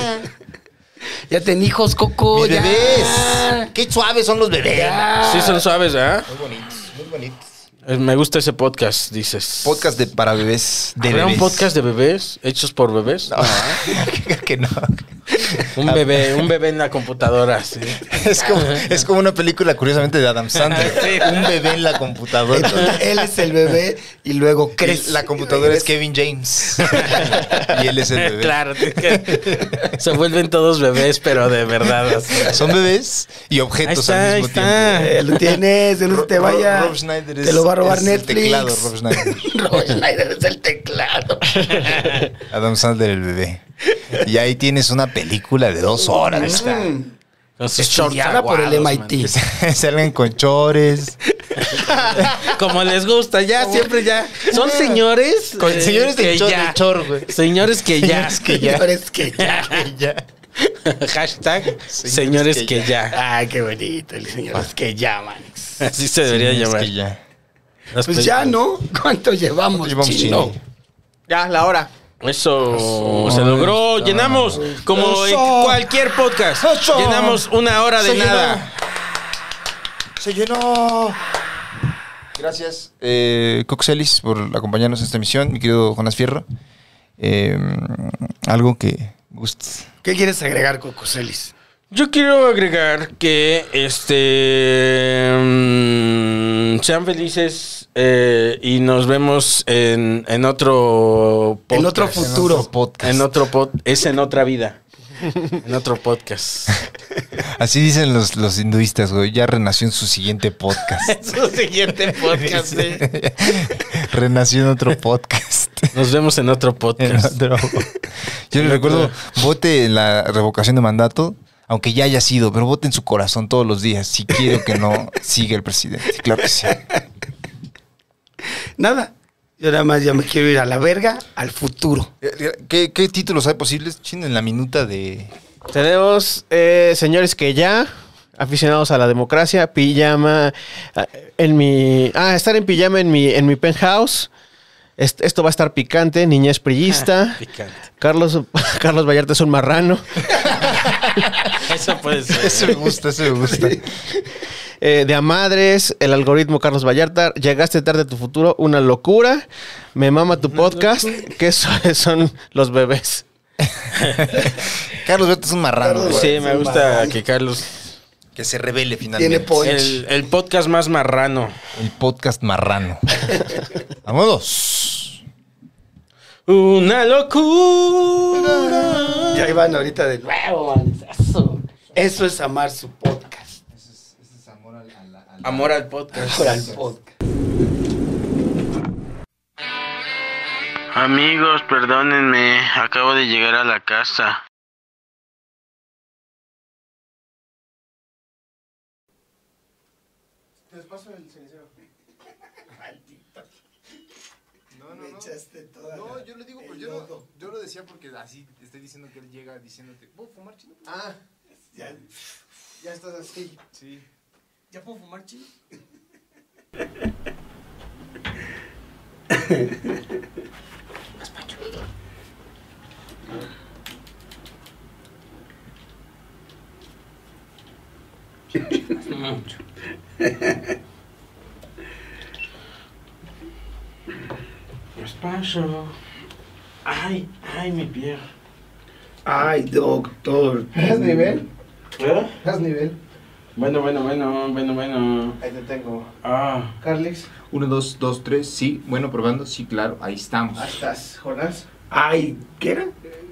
Ya ten hijos, Coco.
Mis
ya.
bebés. Qué suaves son los bebés.
Sí, son suaves, ¿ah?
Muy bonitos, muy bonitos.
Eh, Me gusta ese podcast, dices.
Podcast de, para bebés. De
¿Habrá
bebés.
un podcast de bebés hechos por bebés?
No, creo que no. Ah.
Un bebé, un bebé en la computadora, sí.
Es como, es como una película, curiosamente, de Adam Sandler. Un bebé en la computadora.
Entonces, él es el bebé y luego crece.
La computadora es Kevin James. y él es el bebé.
Claro, tienes que- se vuelven todos bebés, pero de verdad. así.
Son bebés y objetos al mismo tiempo.
Eh, lo tienes, de no te
Ro-
vaya.
Rob Schneider
te
es-
lo va a robar
es el
Netflix.
teclado, Rob Schneider.
Rob Schneider es el teclado.
Adam Sandler, el bebé. Y ahí tienes una película de dos horas.
Mm.
Con sus shorts
Estudiada por el
aguados,
MIT.
Salen con chores.
man. Como les gusta, ya siempre ya. Son señores.
Con
eh,
señores de
que
chor,
ya.
de chor, güey.
Señores que ya.
Señores que ya.
Señores que ya.
Ya.
Hashtag señores que,
que
ya. Ah. Pues
Ay, qué bonito. El señor es que ya, Manix.
Así se debería
Señores
llamar.
que ya.
Las
Pues ya, ¿no? ¿Cuánto llevamos?
Llevamos
chino?
chino.
Ya, la hora.
Eso se logró, llenamos como en
Eso.
cualquier podcast.
Eso.
Llenamos una hora de
Se llenó.
nada.
Se llenó. Gracias, eh, Coxelis, por acompañarnos en esta emisión. Mi querido Jonas Fierro. Eh, algo que gustes.
¿Qué quieres agregar, Cocoselis?
Yo quiero agregar que este mm, sean felices eh, y nos vemos en, en otro
En otro
podcast.
futuro.
En otro pod, es en otra vida. En otro podcast.
Así dicen los, los hinduistas, güey. Ya renació en su siguiente podcast.
Su siguiente podcast.
renació en otro podcast.
Nos vemos en otro
En
podcast.
otro- Yo le recuerdo, vote en la revocación de mandato, aunque ya haya sido, pero vote en su corazón todos los días, si quiero que no siga el presidente. Claro que sí.
Nada. Yo nada más ya me quiero ir a la verga, al futuro.
¿Qué, qué títulos hay posibles? Chin, en la minuta de...
Tenemos eh, señores que ya, aficionados a la democracia, pijama, ah, en mi... Ah, estar en pijama en mi, en mi penthouse. Est- esto va a estar picante, niñez prillista.
Picante.
Carlos, Carlos Vallarta es un marrano.
Eso puede ser.
Ese me gusta, ese me gusta.
Eh, de Amadres, el algoritmo Carlos Vallarta, llegaste tarde a tu futuro, una locura. Me mama tu podcast, que eso son los bebés.
Carlos Beto es un marrano. güey.
Sí, me gusta que Carlos.
Que se revele finalmente.
Tiene punch.
El, el podcast más marrano.
El podcast marrano. Vámonos.
Una locura.
Ya iban ahorita de nuevo, man. Eso. Eso es amar su podcast.
Amor al podcast.
Por al podcast.
Amigos, perdónenme, acabo de llegar a la casa.
Despacio. Ay, ay, mi pie.
Ay, doctor. ¿Es nivel?
¿Eh?
¿Es nivel?
Bueno, bueno, bueno, bueno, bueno.
Ahí te tengo.
Ah,
Carlix,
Uno, dos, dos, tres, sí. Bueno, probando, sí, claro, ahí estamos.
estás, Jonás. Ay, ¿qué era?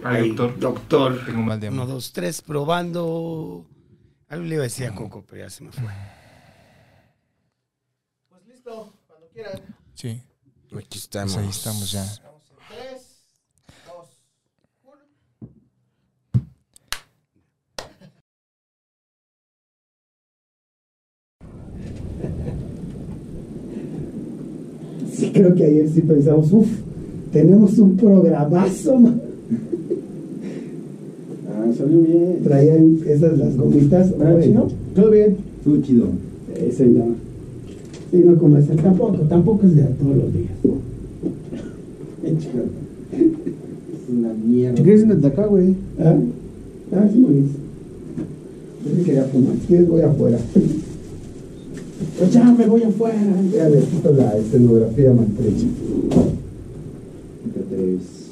Ay, doctor.
Doctor.
Tengo mal de
Uno,
amor.
dos, tres, probando. Algo le iba a decir a Coco, pero ya se me fue.
Sí,
aquí
pues
estamos.
ahí estamos ya.
Sí, creo que ayer sí pensamos, uff, tenemos un programazo. ma.
Ah, salió bien.
Traían esas las gomitas.
Ah,
oye,
chino, ¿Todo bien? Todo chido.
Ese ya. Sí, no comercial tampoco, tampoco es de a todos los días. Eh, chica,
Una mierda.
¿Te
¿Qué es de acá, güey?
¿Ah? Ah, sí, Luis. Yo sí quería fumar. Si quieres, voy afuera. Pues ya me voy afuera. Ya le quito la escenografía maltrecha.
Tres.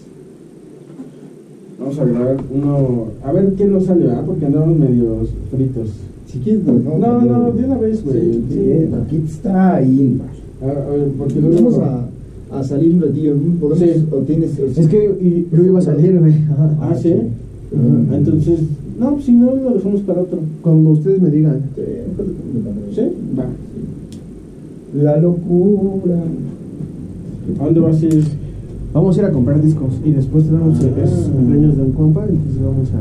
Vamos a grabar uno. A ver qué nos salió, ¿ah? Porque andamos medios fritos.
Si quieres, lo dejamos.
No,
también,
no,
güey.
de una vez, güey.
Sí, sí, aquí está ahí. ma.
A, a ver, porque
Vamos
luego.
a, a salir un ratillo. ¿Podemos?
Sí.
¿O tienes, o
Es que y- yo iba a salir, güey. Ah, sí.
Ajá.
Entonces, no, pues si no, lo dejamos para otro. Cuando ustedes me digan.
Sí.
¿Sí? Va.
La locura.
¿A dónde vas a ir? Vamos a ir a comprar discos y después tenemos
Ah.
es cumpleaños de un compa, entonces vamos a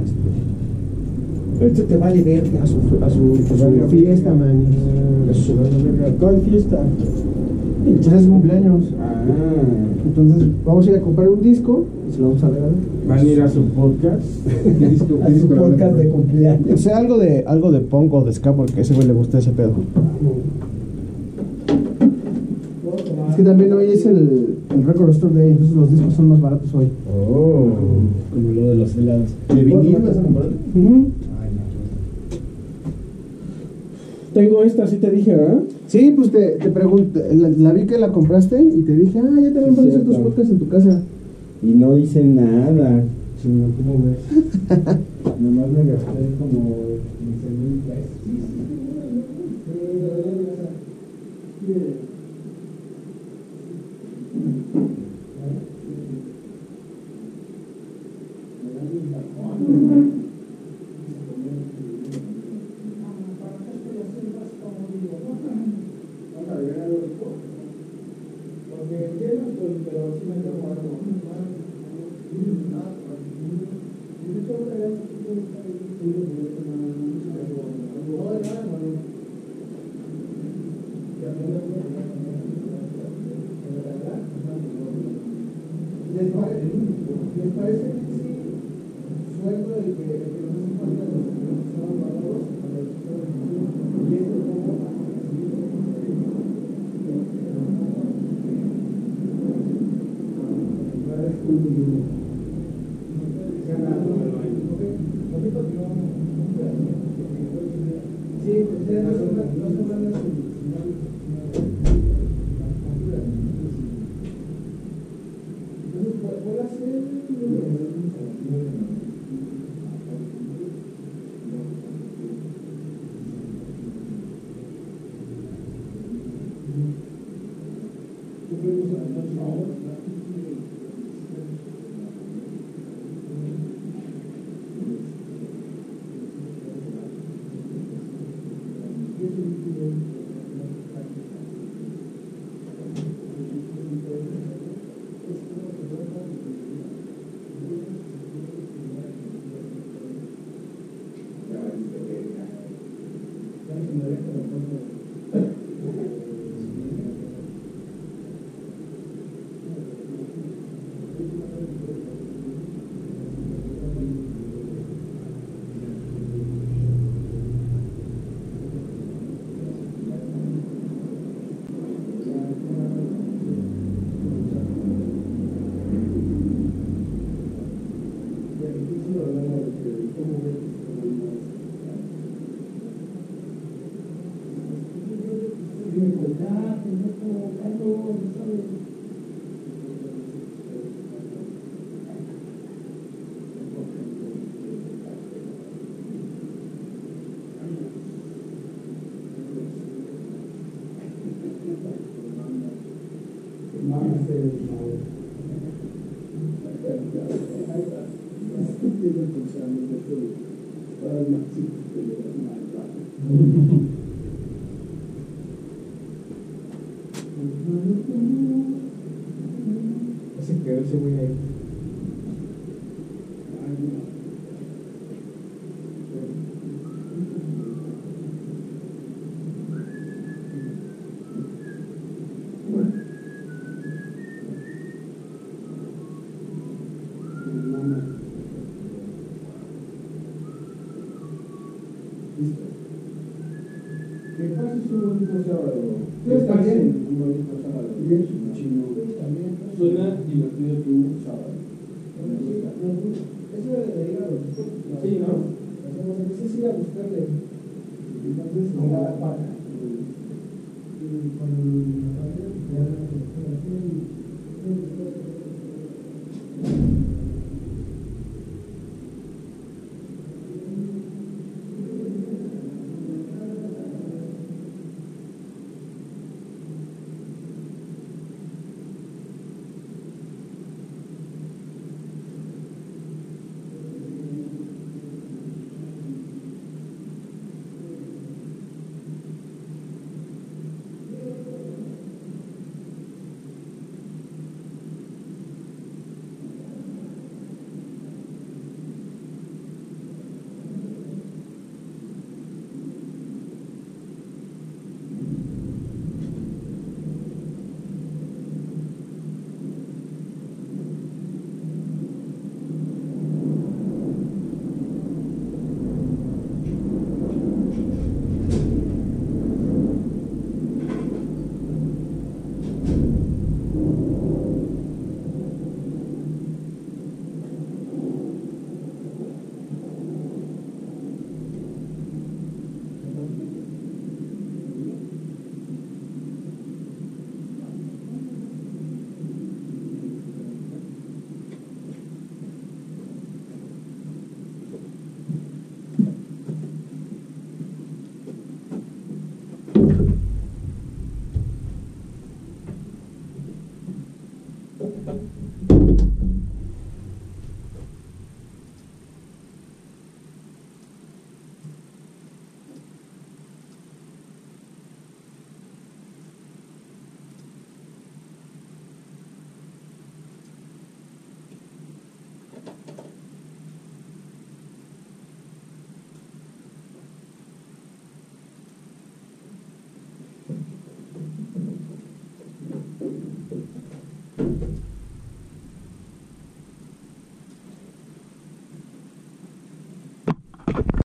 este.
Esto te vale verga.
A su, a su, a su fiesta, man. ¿Cuál fiesta? Pues es su cumpleaños. Ah. Entonces, vamos a ir a comprar un disco y se lo vamos a regalar. ¿Van a ir a su podcast?
A su podcast de cumpleaños.
sea, algo de, algo de punk o de ska, porque a ese güey le gusta ese pedo. Es que también hoy es el, el Record Store Day, entonces los discos son más baratos hoy.
Oh. Como lo de los helados.
¿De vinil vas a comprar? Tengo esta, sí te dije, ¿verdad? Sí, pues te, te pregunté, la, la vi que la compraste y te dije, ah, ya también puedes hacer tus podcasts en tu casa. Y no dice nada.
señor, ¿cómo ves? Nomás me gasté como 15 mil pesos.